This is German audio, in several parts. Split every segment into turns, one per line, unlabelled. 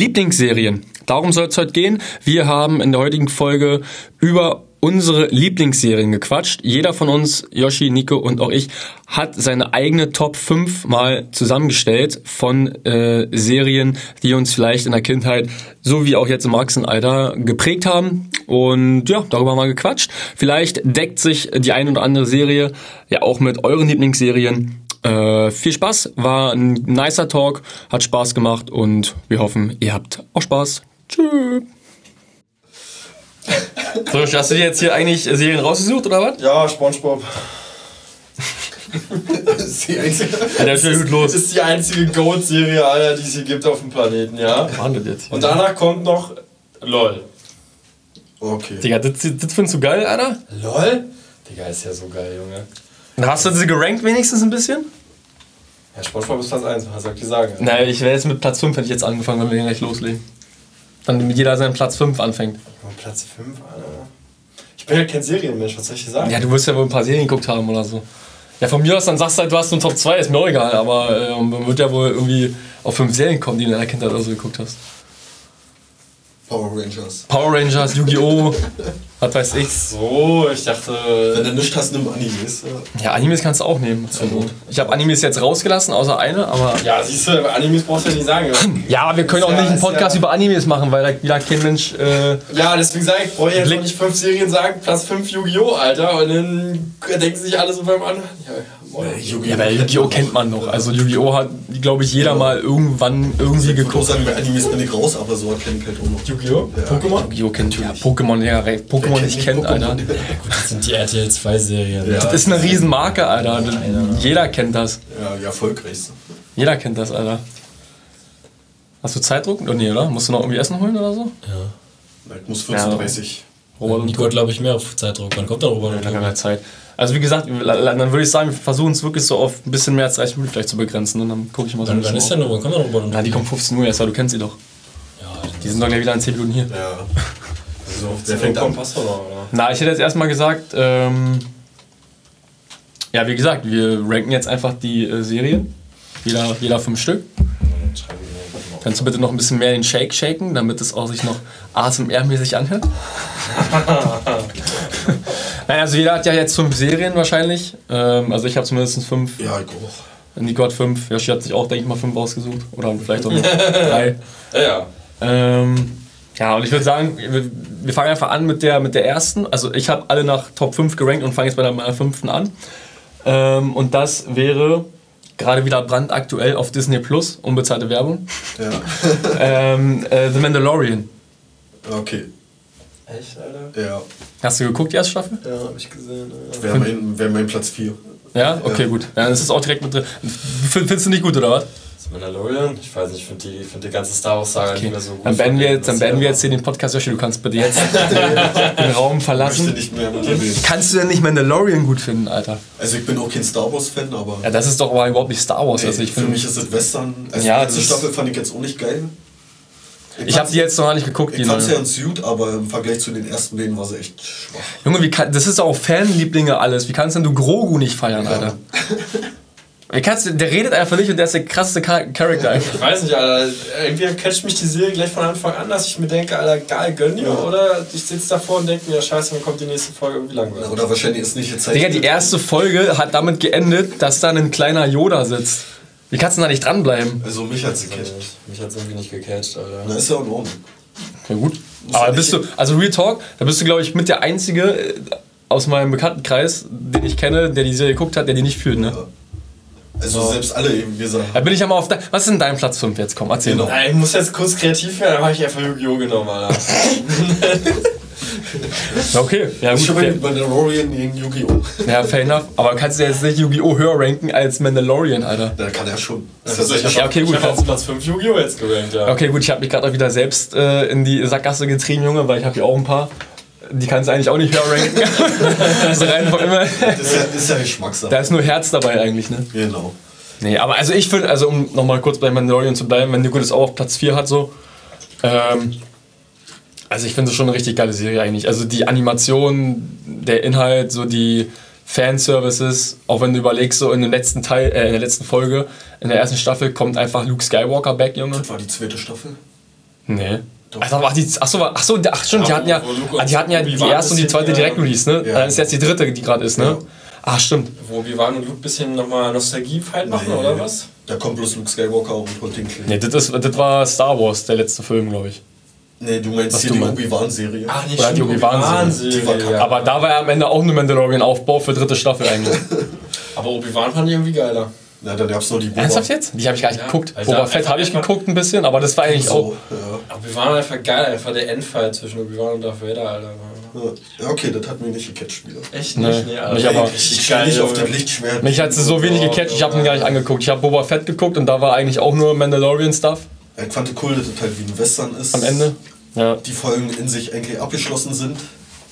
Lieblingsserien. Darum soll es heute gehen. Wir haben in der heutigen Folge über unsere Lieblingsserien gequatscht. Jeder von uns, Yoshi, Nico und auch ich, hat seine eigene Top 5 mal zusammengestellt von äh, Serien, die uns vielleicht in der Kindheit, so wie auch jetzt im Erwachsenenalter, geprägt haben. Und ja, darüber haben wir gequatscht. Vielleicht deckt sich die eine oder andere Serie ja auch mit euren Lieblingsserien. Äh, viel Spaß, war ein nicer Talk, hat Spaß gemacht und wir hoffen, ihr habt auch Spaß. Tschüss. So, hast du dir jetzt hier eigentlich Serien rausgesucht oder was?
Ja, Spongebob.
Das ist die einzige,
Ja, der ist gut
Das
los.
ist die einzige Goat-Serie, Alter, die es hier gibt auf dem Planeten, ja?
Wandert jetzt.
Und danach kommt noch LOL.
okay.
Digga, das, das findest du geil, Alter?
LOL? Digga, ist ja so geil, Junge.
Dann hast du sie gerankt wenigstens ein bisschen?
Ja, Spongebob ist Platz 1, was soll ich dir sagen?
Nein, ich wäre jetzt mit Platz 5, hätte ich jetzt angefangen, wenn wir den gleich loslegen. Dann mit jeder seinen Platz 5 anfängt.
Und Platz 5, Alter. Ich bin ja kein Serienmensch, was soll ich dir sagen?
Ja, du wirst ja wohl ein paar Serien geguckt haben oder so. Ja, von mir aus, dann sagst du halt, du hast einen Top 2, ist mir auch egal, aber äh, man wird ja wohl irgendwie auf fünf Serien kommen, die du in deiner Kindheit oder so geguckt hast.
Power Rangers.
Power Rangers, Yu-Gi-Oh! was weiß ich.
So, ich
Wenn
dachte.
du nichts hast, nimm Animes. ja.
Ja, Animes kannst du auch nehmen. Also, ich habe Animes jetzt rausgelassen, außer eine, aber.
Ja, siehst du, Animes brauchst du ja nicht sagen.
Ja, aber wir können auch
Ja,
nicht einen
ist
Podcast
ja-
über Animes machen, weil da wieder kein Mensch. Äh,
Ja, deswegen sage ich, brauche ich jetzt
Blick.
noch nicht fünf Serien sagen, Platz 5 Yu-Gi-Oh! Alter, und dann denken sich alle so beim anderen. Ja, ja, moin.
Yu-Gi-Oh!
ja, weil Yu-Gi-Oh! kennt man noch. Also Yu-Gi-Oh! hat, glaube ich, jeder mal irgendwann irgendwie
Ich würde auch
geguckt.
sagen, bei Animes bin ich raus, aber so erkennen kennt auch noch.
Yu-Gi-Oh! Pokémon?
Yu-Gi-Oh! kennt ja Pokémon, ja, wer Pokémon nicht kennt, Alter.
Das sind die RTL 2 Serien.
Ja,
Das ist eine Riesenmarke, Alter. Jeder kennt das.
ja, die erfolgreichste.
Jeder kennt das, Alter. Hast du Zeitdruck? Oh, nee, oder? Musst du noch irgendwie Essen holen oder so?
Nein, Ich muss 14.30
Robert und
Nico hat, glaube ich, mehr auf Zeitdruck. Wann kommt der Robert?
Lange mehr Zeit. Also wie gesagt, la- la- dann würde ich sagen, wir versuchen es wirklich so auf ein bisschen mehr als 30 Minuten vielleicht zu begrenzen. Und dann gucke ich mal so ein
Wann, wann
bisschen
ist
auf.
der Robert? Wann kommt der Robert?
Na, die kommt 15 Uhr erst, weil du kennst sie doch.
Ja,
Die sind doch gleich wieder in 10 Minuten hier.
Ja.
So,
Der fängt an.
Passt doch noch, oder?
Na, ich hätte jetzt erstmal gesagt, ähm, ja, wie gesagt, wir ranken jetzt einfach die äh, Serien. Jeder, jeder fünf Stück. Kannst du bitte noch ein bisschen mehr den Shake shaken, damit es auch sich noch ASMR-mäßig anhört? Nein, also jeder hat ja jetzt fünf Serien wahrscheinlich. Ähm, also ich habe zumindest fünf.
Ja, ich auch.
Nico hat fünf, Yoshi hat sich auch, denke ich mal, fünf ausgesucht. Oder vielleicht auch nur drei.
Ja, ja.
Ähm, ja, und ich würde sagen, wir, wir fangen einfach an mit der, mit der ersten. Also ich habe alle nach Top 5 gerankt und fange jetzt bei der- meiner fünften an. Ähm, und das wäre gerade wieder brandaktuell auf Disney Plus, unbezahlte Werbung.
Ja.
ähm, äh, The Mandalorian.
Okay.
Echt, Alter?
Ja.
Hast du geguckt, die erste Staffel?
Ja, hab ich gesehen. Alter.
Wäre mein, wär mein Platz 4.
Ja? Okay,
Ja.
gut. Ja, das ist auch direkt mit drin. F- Findest du nicht gut, oder was?
Das Mandalorian? Ich weiß nicht, ich finde die, find die ganze Star Wars-Saga
Okay.
nicht mehr so gut.
Dann beenden wir jetzt, dann
Was sie
beenden wir
da
jetzt hier den Podcast. Joshi, du kannst bitte jetzt den Raum
Ich möchte
verlassen.
nicht mehr mit dir reden.
Kannst du denn nicht Mandalorian gut finden, Alter?
Also ich bin auch kein Star Wars-Fan, aber
Ja, das ist doch aber überhaupt nicht Star Wars. also
ey,
ich
für
finde-
mich ist es Western. Also
Ja,
die
das
letzte
ist-
Staffel fand ich jetzt auch nicht geil.
Ich habe die jetzt noch gar nicht geguckt, die
Ich fand's ja
neue.
ganz gut, aber im Vergleich zu den ersten beiden war sie echt schwach.
Junge, wie kann, das ist auch Fanlieblinge alles. Wie kannst denn du Grogu nicht feiern, Alter? Wie kannst du, der redet einfach nicht und der ist der krasseste Char Charakter einfach.
Ich weiß nicht, Alter. Irgendwie catcht mich die Serie gleich von Anfang an, dass ich mir denke, Alter, geil, gönn dir, oder? Ich sitze davor und denke mir, ja, scheiße, wann kommt die nächste Folge irgendwie langweilig.
Oder wahrscheinlich ist nicht gezeichnet.
Digga, die erste Folge hat damit geendet, dass da ein kleiner Yoda sitzt. Wie kannst du denn da nicht dranbleiben?
Also mich hat's
Also,
gecatcht.
Mich hat's irgendwie nicht gecatcht, Alter.
Na, ist ja in Ordnung.
Ja gut. Aber bist du, also Real Talk, da bist du, glaube ich, mit der Einzige äh, aus meinem Bekanntenkreis, den ich kenne, der die Serie geguckt hat, der die nicht fühlt, ne?
Also selbst alle eben gesagt.
Da bin ich ja mal auf dein, Was ist denn dein Platz 5 jetzt? Komm, erzähl
Genau.
doch.
Nein, ich muss jetzt kurz kreativ werden, dann habe ich einfach Yu-Gi-Oh! genommen, Alter.
Ja, Okay, ja gut.
Ich habe
fair-
mit Mandalorian gegen Yu-Gi-Oh!
Ja, fair enough. Aber kannst du jetzt nicht Yu-Gi-Oh! höher ranken als Mandalorian, Alter.
Da kann er schon. Das
Das
ist ja
ist
schon.
Ja, okay, gut.
Ich habe auf Platz 5 Yu-Gi-Oh! jetzt gerankt, ja.
Okay, gut, ich habe mich gerade auch wieder selbst äh, in die Sackgasse getrieben, Junge, weil ich habe hier auch ein paar. Die kannst du eigentlich auch nicht höher ranken. also rein von immer.
Das ist ja, ist ja Geschmackssache.
Da ist nur Herz dabei eigentlich, ne?
Genau.
Nee, aber also ich finde, also um nochmal kurz bei Mandalorian zu bleiben, wenn Nico das auch auf Platz 4 hat, so. Ähm, also ich finde es schon eine richtig geile Serie eigentlich. Also die Animation, der Inhalt, so die Fanservices, auch wenn du überlegst, so in dem letzten Teil, äh, in der letzten Folge, in der ersten Staffel kommt einfach Luke Skywalker back, Junge.
Das war die zweite Staffel.
Nee. Also, ach, die, ach, so, war- ach so, ach stimmt, die
Ja,
hatten ja,
wo Luke
ah, die
und
hatten ja die
Obi-Wan
erste und die
bisschen
zweite
ja-
Direkt-Release, ne?
Ja.
Dann ist jetzt die dritte, die gerade ist, ne?
Ja.
Ach, stimmt.
Wo wir waren und Luke ein bisschen nochmal Nostalgie-Fight machen,
Nee.
oder was?
Da kommt bloß Luke Skywalker und holt den Kling.
Nee, das, ist, das war Star Wars, der letzte Film, glaube ich.
Nee, du meinst
Was
hier
du
die
meinst?
Obi-Wan-Serie?
Ah, nee,
Oder die Obi-Wan-Serie.
Obi-Wan-Serie,
Die war kacke.
ja.
Aber da war ja am Ende auch eine Mandalorian-Aufbau für dritte Staffel eigentlich.
Aber Obi-Wan fand ich irgendwie geiler.
Na, dann gab's noch die Boba.
Ernsthaft jetzt? Die habe ich gar nicht
Ja,
geguckt.
Alter,
Boba Fett habe ich
einfach-
geguckt ein bisschen, aber das war eigentlich auch.
So, ja.
Obi-Wan war einfach geil, einfach der Endfight zwischen Obi-Wan und Darth Vader, Alter.
Ja, Ja, okay, das hat mir nicht gecatcht wieder.
Echt
Nee,
nicht, nee, Alter.
mich aber-
Ich
richtig
stehe
geil.
nicht auf
Junge.
dem Lichtschwert.
Mich hat es so wenig gecatcht, ich habe ihn gar nicht angeguckt. Ich habe Boba Fett geguckt und da war eigentlich auch nur Mandalorian-Stuff
Ich fand es cool, dass es halt wie ein Western ist.
am Ende. Ja,
Die Folgen in sich eigentlich abgeschlossen sind.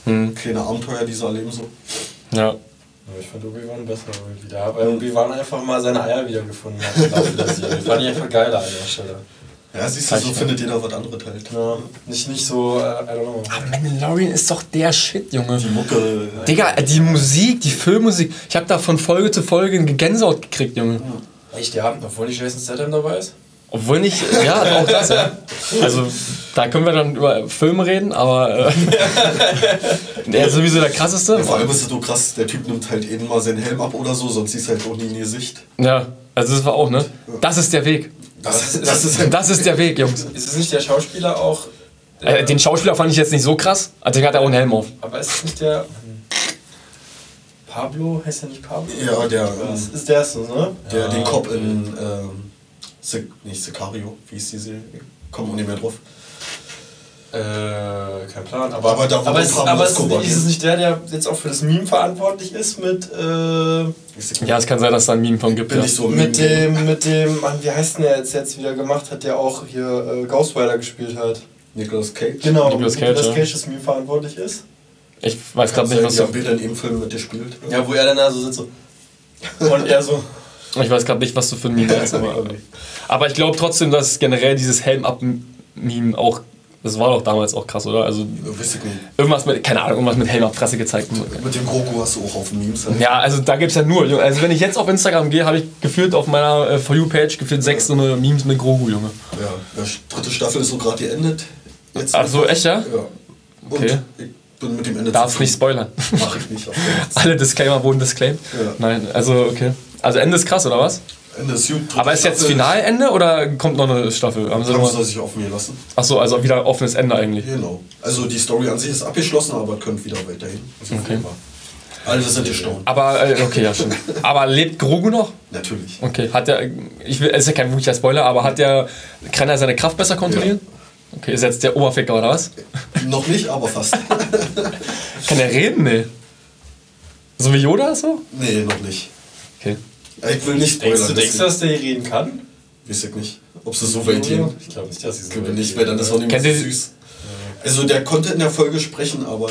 Hm.
Kleine Abenteuer, die sie erleben so.
ja.
Ja, Ich fand Obi-Wan besser irgendwie da, weil Obi-Wan einfach mal seine Eier wiedergefunden hat. im Laufe der Serie. Fand ich einfach geiler an der Stelle.
Ja, siehst du, so
Zeichner.
findet jeder was anderes halt.
Ja, nicht, nicht so, äh, I don't know.
Aber Mandalorian ist doch der Shit, Junge.
Die Mucke.
Digga, die Musik, die Filmmusik. Ich habe da von Folge zu Folge einen Gänsehaut gekriegt, Junge.
Echt, ja, obwohl nicht Jason Statham dabei ist?
Obwohl nicht, ja, auch das, ja. Also, da können wir dann über Filme reden, aber. Äh, der ist sowieso der krasseste.
Vor allem ist es so krass, der Typ nimmt halt eben mal seinen Helm ab oder so, sonst siehst du halt auch nie in ihr Sicht.
Ja, also das war auch, ne? Das ist der Weg.
Das, das ist halt.
Das ist der Weg, Jungs.
Ist es nicht der Schauspieler auch? der-
Äh, den Schauspieler fand ich jetzt nicht so krass. Also, der hat ja auch einen Helm auf.
aber ist es nicht der. ähm, Pablo? Heißt der nicht Pablo?
Ja, der,
Das ist der so, ne?
Ähm, der den Kopf in. Ähm, Sic- nicht Sicario, wie hieß die Serie? Komm auch nicht mehr drauf.
Äh, kein Plan, aber.
Aber da wurde
aber, ist,
Pablo
aber ist,
Escobar.
ist es nicht der, der jetzt auch für das Meme verantwortlich ist mit. Äh,
Ich
Ja, es kann sein, dass da ein Meme von gibt.
bin
Ja.
nicht so
mit dem, mit dem, Mann, wie heißt denn der jetzt, jetzt wieder gemacht hat, der auch hier äh, Ghost Rider gespielt hat?
Nicolas Cage.
Genau,
Nicolas Cage,
Nicolas
ja.
Cage das Meme verantwortlich ist.
Ich weiß gerade nicht, was
halt ja,
du,
Bilder in jedem Film mitgespielt.
Ja, wo er dann da so sitzt so. Und er so.
ich weiß grad nicht, was du für ein Meme hast. Aber, aber ich glaube trotzdem, dass generell dieses Helm-Up-Meme auch. Das war doch damals auch krass, oder? Also,
Weiß ich nicht.
irgendwas mit, keine Ahnung, irgendwas mit Helm auf Fresse gezeigt.
Mit dem Grogu hast du auch auf Memes. Halt.
Ja, also da gibt's ja nur, Junge. Also wenn ich jetzt auf Instagram gehe, habe ich gefühlt auf meiner äh, For You-Page gefühlt sechs so eine Memes mit Grogu, Junge.
Ja, die dritte Staffel ist so gerade geendet. Jetzt
Ach so, Also, echt, ja?
Ja. Und
Okay.
ich bin mit dem Ende
Darfst nicht
zufrieden.
spoilern.
Mach ich nicht. auf jeden Fall.
Alle Disclaimer wurden disclaimed.
Ja.
Nein, also okay. Also Ende ist krass, oder was?
Ende ist gut. dritte
Aber ist jetzt
Staffel.
Finalende oder kommt noch eine Staffel? Haben sie
Haben sie
noch
sich offen gelassen.
Achso, also wieder offenes Ende eigentlich.
Genau. Also die Story an sich ist abgeschlossen, aber könnt wieder weiterhin. Also
Okay.
Alle sind gestaunt.
Aber, äh, okay, ja, stimmt. Aber lebt Grogu noch?
Natürlich.
Okay, hat der, ich will, ist ja kein wirklicher Spoiler, aber hat der, kann er seine Kraft besser kontrollieren? Okay, ist jetzt der Oberficker oder was?
Noch nicht, aber fast.
Kann er reden? Nee. So wie Yoda so?
nee, noch nicht.
Okay.
Ich will nicht
Denkst du,
spoilern.
denkst du,
deswegen
dass der hier reden kann?
Weiß ich nicht. Ob sie so weit gehen.
Ich glaube nicht, dass sie so
Glaube nicht, weil dann ist auch nicht mehr
Kennt
so
ihr-
süß. Also der konnte in der Folge sprechen, aber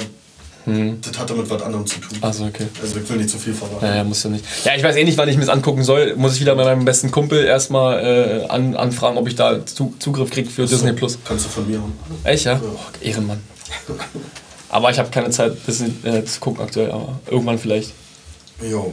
das hatte mit was anderem zu tun.
Also okay.
Also ich will nicht zu viel verraten.
Naja, muss Hm. ja nicht. Ja, ich weiß eh nicht, wann ich mir das angucken soll. Muss ich wieder bei meinem besten Kumpel erstmal äh, an, anfragen, ob ich da zu, Zugriff kriege für Disney Plus.
Kannst du von mir haben.
Echt, ja? Oh, Ehrenmann. Aber ich habe keine Zeit, Disney äh, zu gucken aktuell, aber irgendwann vielleicht.
Jo.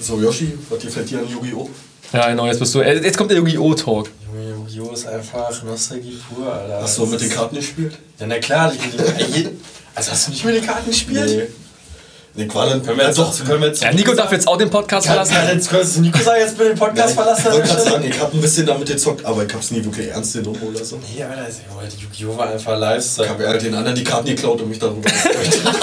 So, Yoshi, was gefällt dir an Yu-Gi-Oh?
Ja, genau, jetzt bist du. äh, Jetzt kommt der Yu-Gi-Oh! Talk.
Junge, Yu-Gi-Oh! ist einfach Nostalgie pur, Alter.
Hast du mit den
Das ist-
Karten gespielt?
Ja, na klar, ich, ich, also hast du nicht mit den Karten gespielt?
Nee, war dann.
Können wir jetzt
Ja,
doch, können wir jetzt.
Ja, Nico darf jetzt auch den Podcast
Kannst
verlassen.
du jetzt, kannst du Nico sagen, jetzt bitte den
Ja,
Podcast
ich
verlassen?
wollte gerade sagen, ich hab ein bisschen damit gezockt, aber ich hab's nie wirklich ernst genommen oder so.
Nee, Alter, also, Junge, Yu-Gi-Oh! war einfach
Ich hab
Lifestyle.
ja halt den anderen die Karten geklaut und mich darüber gefreut.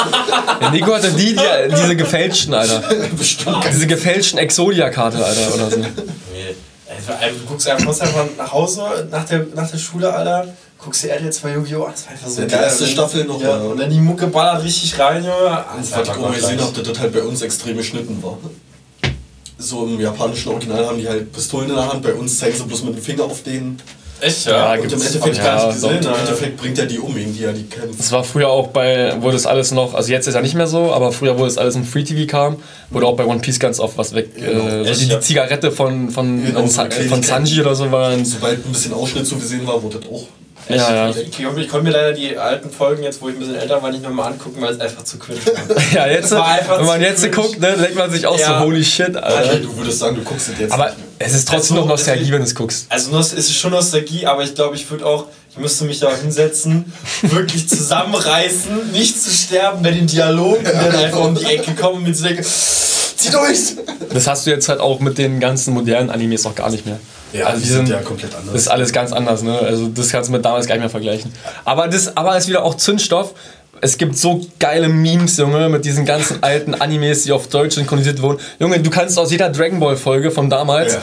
Ja, Nico hatte die, die, diese gefälschten, Alter.
Bestimmt.
Diese gefälschten Exodia-Karte, Alter, oder so.
Nee. Also, Alter, du guckst einfach, musst einfach nach Hause, nach der, nach der Schule, Alter, guckst dir RTL 2 Yu-Gi-Oh! an, das war einfach so
Ja, die
geil. Und
erste
dann-
Staffel noch,
Ja,
ja.
und dann die Mucke ballert richtig rein, Junge. Ah,
Das
das
was ich
war
auch mal gesehen
gleich.
habe, dass das halt bei uns extrem geschnitten war. ne? So im japanischen Original haben die halt Pistolen in der Hand, bei uns zeigen sie bloß mit dem Finger auf den.
Echt, ja?
Ja,
Und im
gibt's-
Endeffekt,
ja,
gar nicht gesehen,
doch.
im Endeffekt bringt er die um, gegen die er die kämpft.
Das war früher auch bei, wo das alles noch, also jetzt ist ja nicht mehr so, aber früher, wo das alles im Free TV kam, wurde auch bei One Piece ganz oft was weg.
Genau.
Äh, so
Echt,
die, die
ja.
Zigarette von, von,
Genau,
von,
so
Sa-
eine
von Sanji oder so war ein.
Sobald ein bisschen Ausschnitt zu gesehen war, wurde das auch.
Ja, ja.
Ich, ich, ich konnte mir leider die alten Folgen jetzt, wo ich ein bisschen älter war, nicht mehr mal angucken, weil es einfach zu cringe war.
Ja, jetzt,
Das war einfach
wenn man
zu
jetzt
cringe.
guckt, ne, denkt man sich auch
Ja.
so, holy shit,
Okay,
Alter.
du würdest sagen, du guckst es jetzt.
Äh, Aber
nicht mehr.
es ist trotzdem
Also,
noch Nostalgie,
deswegen-
wenn du es guckst.
Also Nost- es ist schon Nostalgie, aber ich glaube, ich würde auch Ich müsste mich da hinsetzen, wirklich zusammenreißen, nicht zu sterben, wenn den Dialog, der dann einfach um die Ecke kommt und mir so denke, zieh durch!
Das hast du jetzt halt auch mit den ganzen modernen Animes noch gar nicht mehr. Also
Ja, die sind ja komplett anders.
Das ist alles ganz anders, ne? Also das kannst du mit damals gar nicht mehr vergleichen. Aber das aber ist wieder auch Zündstoff. Es gibt so geile Memes, Junge, mit diesen ganzen alten Animes, die auf Deutsch synchronisiert wurden. Junge, du kannst aus jeder Dragon Ball Folge von damals,
Ja.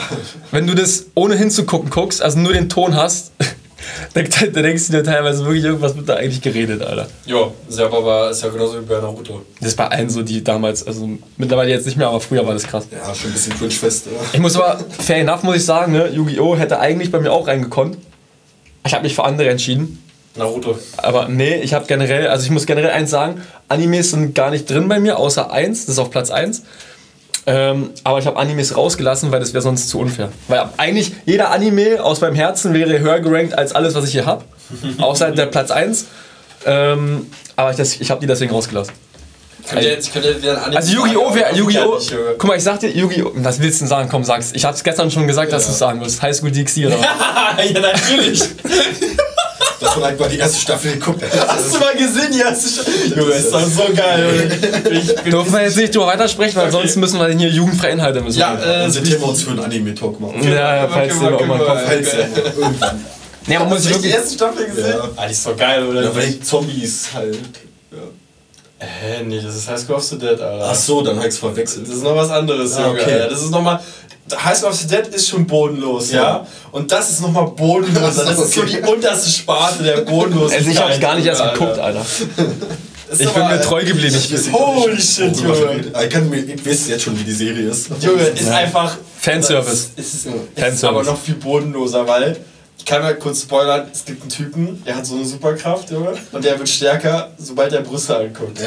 wenn du das ohne hinzugucken guckst, also nur den Ton hast, dann, dann denkst du dir teilweise wirklich, irgendwas wird da eigentlich geredet, Alter.
Jo, selber war ist ja genauso wie bei Naruto.
Das ist bei allen so, die damals, also mittlerweile jetzt nicht mehr, aber früher war das krass.
Ja, schon ein bisschen cringe fest. Ja.
Ich muss aber, fair enough muss ich sagen, ne? Yu-Gi-Oh! hätte eigentlich bei mir auch reingekonnt. Ich habe mich für andere entschieden.
Naruto.
Aber nee, ich habe generell, also ich muss generell eins sagen, Animes sind gar nicht drin bei mir, außer eins, das ist auf Platz eins. Ähm, aber ich habe Animes rausgelassen, weil das wäre sonst zu unfair. Weil eigentlich jeder Anime aus meinem Herzen wäre höher gerankt als alles, was ich hier habe. außer der Platz eins. Ähm, aber ich, das- ich habe die deswegen rausgelassen.
Ich könnte jetzt, ich könnte wieder ein Anime
Also Yu-Gi-Oh!
sagen,
wäre
aber
Yu-Gi-Oh!
ich kann nicht,
Guck mal, ich sag dir, Yu-Gi-Oh! Was willst du denn sagen? Komm, sag's. Ich hab's gestern schon gesagt, dass
Ja.
du sagen wirst. High School DxD oder was?
Junge. ja, natürlich.
Dass man einfach die erste Staffel geguckt hat.
Hast du mal gesehen? Ja, hast du schon. Junge, ist das so geil. Junge. Ich bin
Dürfen wir jetzt nicht drüber weitersprechen, weil sonst müssen wir hier jugendfreie Inhalte müssen.
Ja,
wir-
äh,
Dann sind wir uns für einen Anime-Talk machen.
Ja, ja,
Okay,
falls
okay,
dir
okay,
auch mal ein Kopf.
okay.
Falls ja. Irgendwann.
Nee, man muss
Hast
sich
du die
wirklich.
erste Staffel gesehen?
Ja.
Ah, die ist so geil, oder?
Ja, weil Zombies halt. Ja.
Hä, Äh, nee, das ist High School of the Dead, Alter.
Ach so, dann hab ich's
Das
verwechselt.
ist noch was anderes,
Ah,
Junge.
okay.
Alter. Das ist nochmal. High School of the Dead ist schon bodenlos, ja?
Ja.
Und das ist nochmal bodenlos.
Ach
Das
so,
ist so
okay.
die unterste Sparte der bodenlosen.
Also ich hab's gar nicht erst geguckt, Alter. Ich bin mir treu geblieben. Ich
Holy shit, Junge.
Ich kann mir, ich weiß jetzt schon, wie die Serie ist.
Junge, ist einfach.
Fanservice.
Es ist, es ist
Fanservice.
aber noch viel bodenloser, weil. Ich kann mal kurz spoilern, es gibt einen Typen, der hat so eine Superkraft, Junge, und der wird stärker, sobald er Brüste anguckt.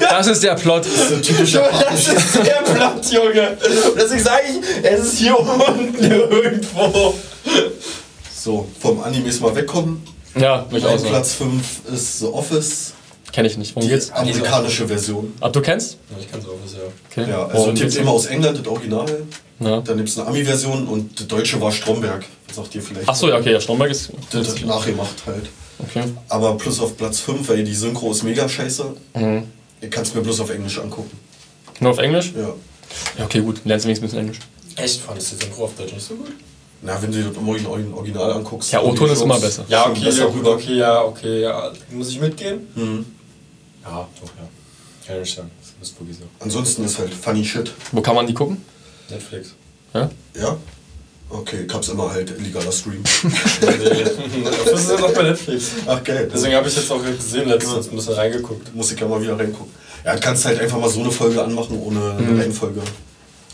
Das ist der Plot.
So ein typischer
Junge, das ist der Plot, Junge. Und deswegen sage ich, es ist hier unten irgendwo.
So, vom Animes mal wegkommen.
Ja, mich auch
Mein
so.
Platz 5 ist The Office,
Kenn ich nicht. Worum
die
geht's?
amerikanische Version.
Ab du kennst?
Ich kann es auch ja.
Okay.
Ja, also
Worum
die gibt's
geht's?
immer aus England, das Original.
Ja.
Dann gibt's eine Ami-Version und die deutsche war Stromberg. Das sagt ihr vielleicht.
Achso, ja, okay, ja, Stromberg ist.
Das hat nachgemacht halt.
Okay.
Aber plus auf Platz 5, weil die Synchro ist mega scheiße.
Mhm.
Ihr kannst mir bloß auf Englisch angucken.
Nur auf Englisch?
Ja.
Ja, okay, gut. Lernst du wenigstens ein bisschen Englisch.
Echt, fandest du den Synchro auf Deutsch nicht so gut?
Na, wenn du das im Original Original anguckst.
Ja,
dann
O-Ton
die
ist
Shows
immer besser.
Ja,
schon
okay,
besser
ja, gut,
rüber.
okay, ja, okay, ja. Muss ich mitgehen?
Mhm.
Ja, doch, ja. Kann ich nicht sagen. Das ist wirklich so.
Ansonsten ist halt funny shit.
Wo kann man die gucken?
Netflix.
Ja?
Ja? Okay, gab's immer halt illegaler Stream.
das ist ja noch bei Netflix.
Ach geil.
Deswegen habe ich jetzt auch gesehen, letztens ein bisschen reingeguckt.
Muss ich ja mal wieder reingucken. Ja, du kannst halt einfach mal so eine Folge anmachen ohne
Mhm.
eine Reihenfolge.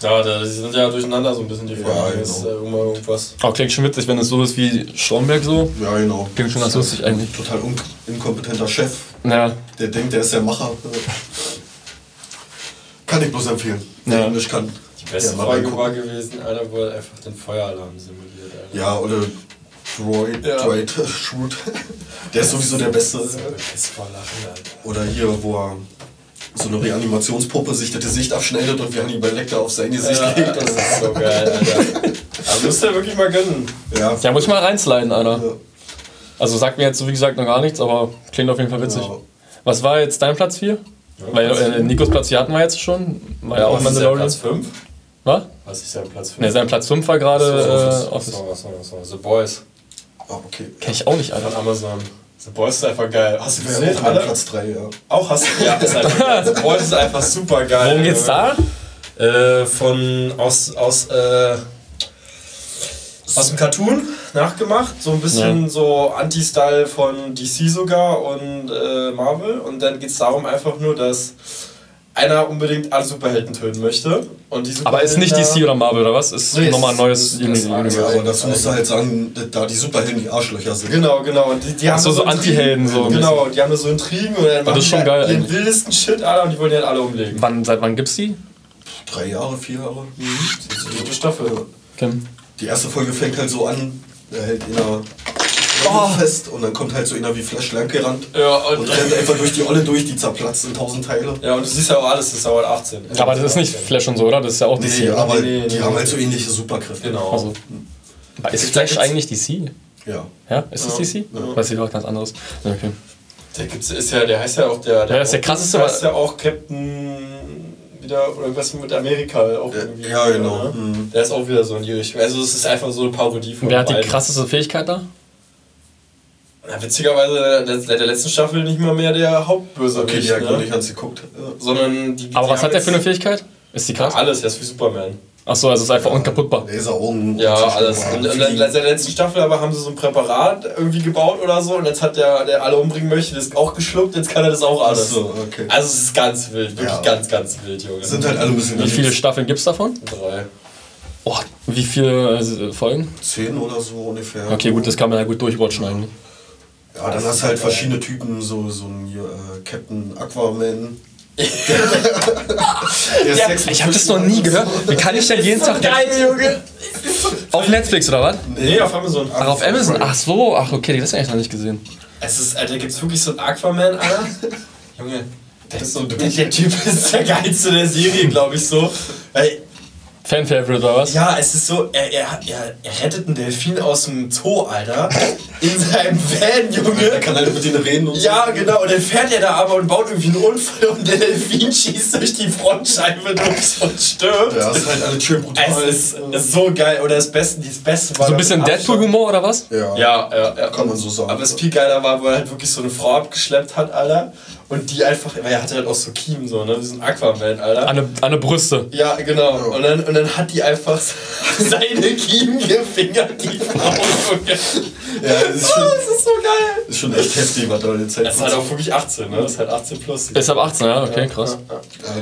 Ja, da, die sind ja durcheinander so ein bisschen, die
Ja,
Folgen.
genau.
Ist, äh, immer irgendwas.
Oh, klingt schon witzig, wenn es so ist wie Stromberg so.
Ja, genau.
Klingt schon ganz lustig eigentlich.
Total un inkompetenter Chef.
Naja.
Der denkt, der ist der Macher. Kann ich bloß empfehlen. Wer
Ja.
Englisch kann.
Die beste
mal
Folge
reingucken.
war gewesen, Alter, wo er einfach den Feueralarm simuliert, Alter.
Ja, oder Droid,
Ja.
Droid, äh, Shoot. Der ist sowieso der Beste.
Ist vor Lachen, Alter.
Oder hier, wo er so eine Reanimationspuppe sich das Gesicht abschneidet und wie Hannibal Lecter auf sein Gesicht
Ja,
legt.
das ist so geil, Alter. Aber müsst ihr wirklich mal gönnen.
Ja.
Ja, muss ich mal reinsliden, Alter.
Ja.
Also sagt mir jetzt, so wie gesagt, noch gar nichts, aber klingt auf jeden Fall witzig.
Ja.
Was war jetzt dein Platz 4? Weil äh, Nikos Platz 4 hatten wir jetzt schon. War ja auch
Was ist der
Mandalorian.
Platz 5?
Was?
Was ist der Platz 5?
Ne, sein Platz 5 war gerade äh, Office.
So, so, so. The Boys
Ah, okay.
Kenn ich auch nicht,
von
Alter.
Amazon. The Boys ist einfach geil. Hast du
Das wäre
gesehen,
auch mein
alle?
Platz 3, ja.
Auch hast du. Ja, ist einfach geil. The Boys ist einfach super geil.
Worum geht's da?
Äh, von aus aus äh, aus dem Cartoon nachgemacht, so ein bisschen
Ja.
so Anti-Style von DC sogar und äh, Marvel. Und dann geht's darum einfach nur, dass einer unbedingt alle Superhelden töten möchte und die
Aber ist nicht
Superhelden
DC
da-
oder Marvel oder was? Ist
Nee,
nochmal ein
ist-
neues
ist-
Uni-
ist-
Universe.
Ja, aber das musst du halt sagen, dass da die Superhelden die Arschlöcher sind.
also Genau, genau. Und die, die haben
so, so
Intrigen.
Anti-Helden so ein
Genau, die haben da so Intrigen und dann machen
ist schon
die halt
geil
ihren
eigentlich.
wildesten Shit, Alter, und die wollen die halt alle umlegen.
Wann, seit wann gibt's die?
Drei Jahre, vier Jahre. Äh,
Das ist eine gute Staffel.
Kim.
Die erste Folge fängt halt so an, da hält einer oh. fest und dann kommt halt so einer wie Flash lang gerannt
Ja,
und,
und,
rennt einfach durch die Olle durch, die zerplatzt in tausend Teile.
Äh, ja, und du siehst ja auch alles, das dauert 18.
Aber das ist nicht Flash und so, oder? Das ist ja auch
Nee,
DC. oder?
aber
nee, nee,
die
nee.
haben halt so ähnliche Superkräfte.
Genau.
Also. Aber Ist
Gibt's da
Flash
jetzt-
eigentlich DC?
Ja.
Ja, ist das DC?
Ja.
Weiß ich auch, ganz anderes. Ja, Okay.
Der, gibt's, ist ja, der heißt ja auch der.
Ja, ist der krasseste,
Der
aber-
heißt ja auch Captain. Wieder, oder irgendwas mit Amerika auch
Ja,
irgendwie.
ja, genau.
ne?
Mhm.
Der ist auch wieder so in die Richtung. Also, es ist einfach so eine Parodie von
Wer hat die
beiden.
krasseste Fähigkeit da?
Na, witzigerweise, der, der der letzten Staffel nicht mal mehr der
Okay,
Hauptbösewicht.
die hat noch
ne?
nicht ganz geguckt. Äh,
Sondern die, die
Aber was
haben
hat der für eine
jetzt-
Fähigkeit? Ist die krass?
Alles, der ist wie Superman.
Achso, also ist einfach unkaputtbar.
Laseraugen.
Ja,
Zerstörung.
alles. Und in der, in
Fliegen.
der letzten Staffel aber haben sie so ein Präparat irgendwie gebaut oder so und jetzt hat der, der alle umbringen möchte, das auch geschluckt, jetzt kann er das auch alles.
Ach so, okay.
Also es ist ganz wild, wirklich
Ja.
ganz, ganz wild, Junge.
Sind halt alle ein bisschen.
Wie viele Staffeln gibt's davon?
drei.
Oh, wie viele äh, Folgen?
Zehn oder so ungefähr.
Okay, gut, das kann man ja gut durchrutschen eigentlich.
Ja, dann hast du halt verschiedene Typen, so, so ein hier, äh, Captain Aquaman. Der
Ja,
Sex-
Ich habe das noch nie gehört. Wie kann ich denn jeden Tag
Geil, Junge!
auf Netflix oder was?
Nee, auf Amazon.
Ach, auf Amazon. Ach so, ach okay, das habe ich noch nicht gesehen.
Es ist, Alter, gibt's wirklich so einen Aquaman, Alter? Junge. Der,
ist so ein
der, der Typ ist der geilste der Serie, glaube ich, so. Weil
Fan-Favorite oder was?
Ja, es ist so, er, er, er, er rettet einen Delfin aus dem Zoo, Alter. In seinem Van,
Der
Junge.
kann halt mit denen reden und
Ja, genau. Und dann fährt er da aber und baut irgendwie einen Unfall und der Delfin schießt durch die Frontscheibe durch und stirbt.
so. Ja, ist halt alles schön brutal.
Es ist, ist so geil. Oder das Beste, das Beste war.
So ein bisschen
mit Abstand-
Deadpool-Humor oder was?
ja.
Ja, ja, ja.
Kann man so sagen.
Aber das viel geiler war, wo er halt wirklich so eine Frau abgeschleppt hat, Alter. Und die einfach, weil er hatte halt auch so Kiemen, so, ne? Wie so ein Aquaman, Alter.
An der, an der Brüste.
Ja, genau. Und, dann, und dann hat die einfach seine Kiemen gefingert, die Frau. Junge.
Ja, das
Oh,
ist schon,
das ist so geil.
ist schon echt heftig, was da in der Zeit
Das ist halt auch wirklich 18, ne? Das ist halt 18 plus.
Ist ab 18, ja, okay, krass.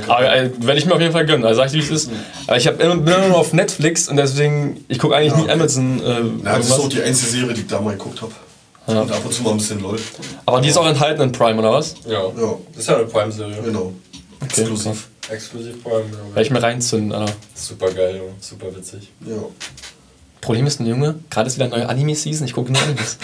Ja,
Aber äh, werde ich mir auf jeden Fall gönnen. Also sag ich, wie es ist. Aber ich hab, bin immer nur auf Netflix und deswegen, ich gucke eigentlich nie Amazon. Äh,
Ja, das ist auch
irgendwas.
die einzige Serie, die ich da mal geguckt habe. Und ab und zu mal ein bisschen LOL.
Aber die ist auch enthalten in Prime, oder was?
Ja.
Ja,
Das ist ja eine Prime-Serie.
genau. Exklusiv.
Exklusiv Prime, Junge.
Werde ich mir reinzünden, Alter.
Super geil, Junge. Super witzig.
Ja.
Problem ist, ein Junge, gerade ist wieder neue Anime-Season, ich gucke nur Animes.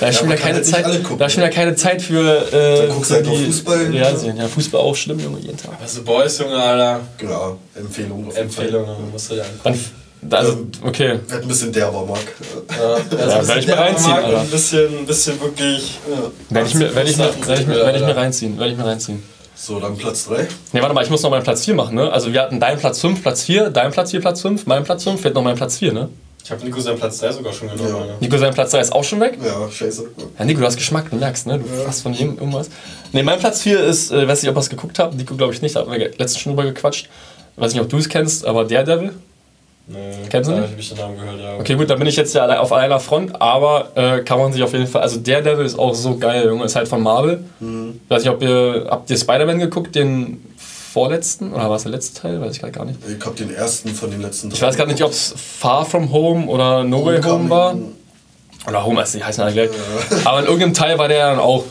Da ist
Ja,
schon
man
wieder
kann
keine
halt nicht
Zeit,
alle gucken,
da ist schon
ne?
wieder keine Zeit für äh,
guckst halt nur Fußball,
Ja,
ne?
sehen. ja, Fußball auch schlimm, Junge, jeden Tag.
Also Boys, Junge, Alter.
Ja, genau. Empfehlung. auf jeden Fall.
Empfehlung, Junge. Musst du dir angucken.
Dann, also,
Ähm,
okay.
Wird ein bisschen derber, Marc.
Ja,
werd ich mir reinziehen, Alter.
Ein bisschen, ein bisschen wirklich.
Werde ich mir, werde ich mir, werde ich mir, werde ich mir
Alter.
reinziehen, werde ich mir reinziehen.
So, dann Platz 3.
Ne, warte mal, ich muss noch meinen Platz 4 machen, ne? Also wir hatten deinen Platz 5, Platz 4, dein Platz 4, Platz 5, mein Platz 5, wird noch mein Platz 4, ne?
Ich hab Nico seinen Platz 3 sogar schon genommen,
Ja.
Alter.
Nico, sein Platz 3 ist auch schon weg.
Ja, scheiße.
Ja, Nico, du hast Geschmack, du merkst, ne? Du hast von jedem irgendwas. Ne, mein Platz 4 ist, äh, weiß nicht, ob ihr es geguckt habt, Nico glaube ich nicht, da haben wir ge- letztens schon drüber gequatscht. Weiß nicht, ob du es kennst, aber Daredevil.
Nee.
Kennst du
da
nicht?
hab ich den Namen gehört, ja.
Okay, gut, da bin ich jetzt ja alle- auf einer Front, aber äh, kann man sich auf jeden Fall. Also Daredevil ist auch so geil, Junge, ist halt von Marvel. Weiß nicht, ob ihr. Habt ihr Spider-Man geguckt, den vorletzten? Oder war es der letzte Teil? Weiß ich gerade gar nicht.
Ich hab den ersten von den letzten
Ich weiß gar nicht, ob es Far From Home oder No Way Home war. Oder Home, also die heißen alle gleich. Aber in irgendeinem Teil war der dann auch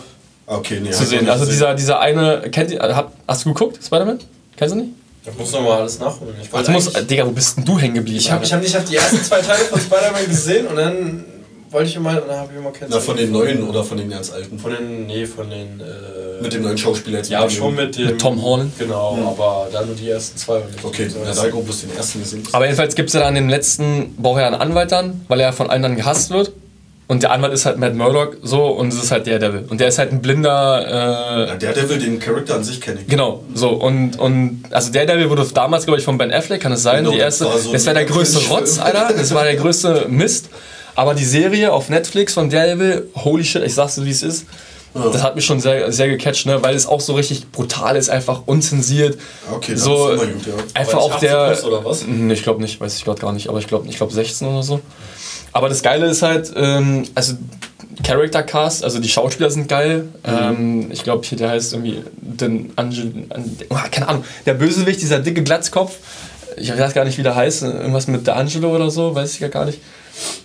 Okay, nee.
zu sehen. Also dieser, dieser eine, kennt ihr, hab, hast du geguckt, Spider-Man? Kennst du nicht?
Ich muss nochmal alles nachholen. Ich
Ach,
wollte
du musst,
eigentlich-
Digga, wo bist denn du hängen geblieben?
Ich habe ich hab nicht auf die ersten zwei Teile von Spider-Man gesehen und dann wollte ich immer, und dann habe ich immer
Na,
kennengelernt.
von den neuen oder von den ganz alten?
Von den, nee, von den, äh,
mit dem neuen Schauspieler jetzt.
ja,
mit dem-
schon mit dem.
Mit Tom Holland?
Genau, aber dann nur die ersten zwei. und nicht
Okay,
die
in der
ersten.
Seilgruppe bist du den ersten gesehen.
Aber jedenfalls gibt es ja dann den letzten, braucht er einen Anwalt dann, weil er von allen dann gehasst wird. Und der Anwalt ist halt Matt Murdock, so, und es ist halt Daredevil. Und der ist halt ein blinder, äh,
ja, der Devil, den Charakter an sich kenne ich.
Genau, so und, und also Daredevil wurde damals, glaube ich, von Ben Affleck, kann es sein,
Genau,
die
das
erste.
war so
das war der
ein
größte
Cringe-Film.
Rotz, Alter. Das war der größte Mist. Aber die Serie auf Netflix von Daredevil, holy shit, ich sag's dir, wie es ist. Das hat mich schon sehr, sehr gecatcht, ne? weil es auch so richtig brutal ist, einfach unzensiert.
Okay, das
so
ist immer gut, ja.
Einfach
War das
auch der.
18 plus oder was?
Nee, ich glaube nicht, weiß ich gerade gar nicht, aber ich glaube ich glaub 16 oder so. Aber das Geile ist halt, ähm, also Character Cast, also die Schauspieler sind geil. Ähm, ich glaube, hier der heißt irgendwie den Angel, an, oh, keine Ahnung, der Bösewicht, dieser dicke Glatzkopf. Ich weiß gar nicht, wie der heißt, irgendwas mit der Angelo oder so, weiß ich ja gar nicht.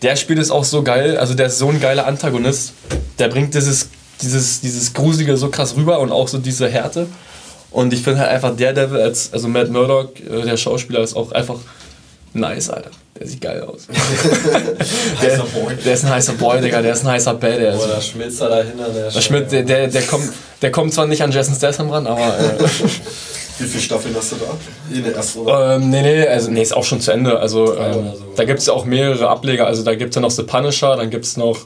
Der spielt es auch so geil, also der ist so ein geiler Antagonist. Der bringt dieses, dieses, dieses Grusige so krass rüber und auch so diese Härte. Und ich finde halt einfach Daredevil als, also Matt Murdock, äh, der Schauspieler, ist auch einfach nice, Alter. Der sieht geil aus. der,
Heißer Boy.
der ist ein heißer Boy, Digga, der ist ein heißer Badass.
Boah, da schmilzt er dahinter. Der
Der Schmidt, der, der, der, kommt, der kommt zwar nicht an Jason Statham ran, aber äh,
Wie viele Staffeln hast du da? In der ersten oder?
Ähm, nee, nee, also, nee, ist auch schon zu Ende. Also, ähm,
oder so.
da gibt es auch mehrere Ableger. Also, da gibt es ja noch The Punisher, dann gibt es noch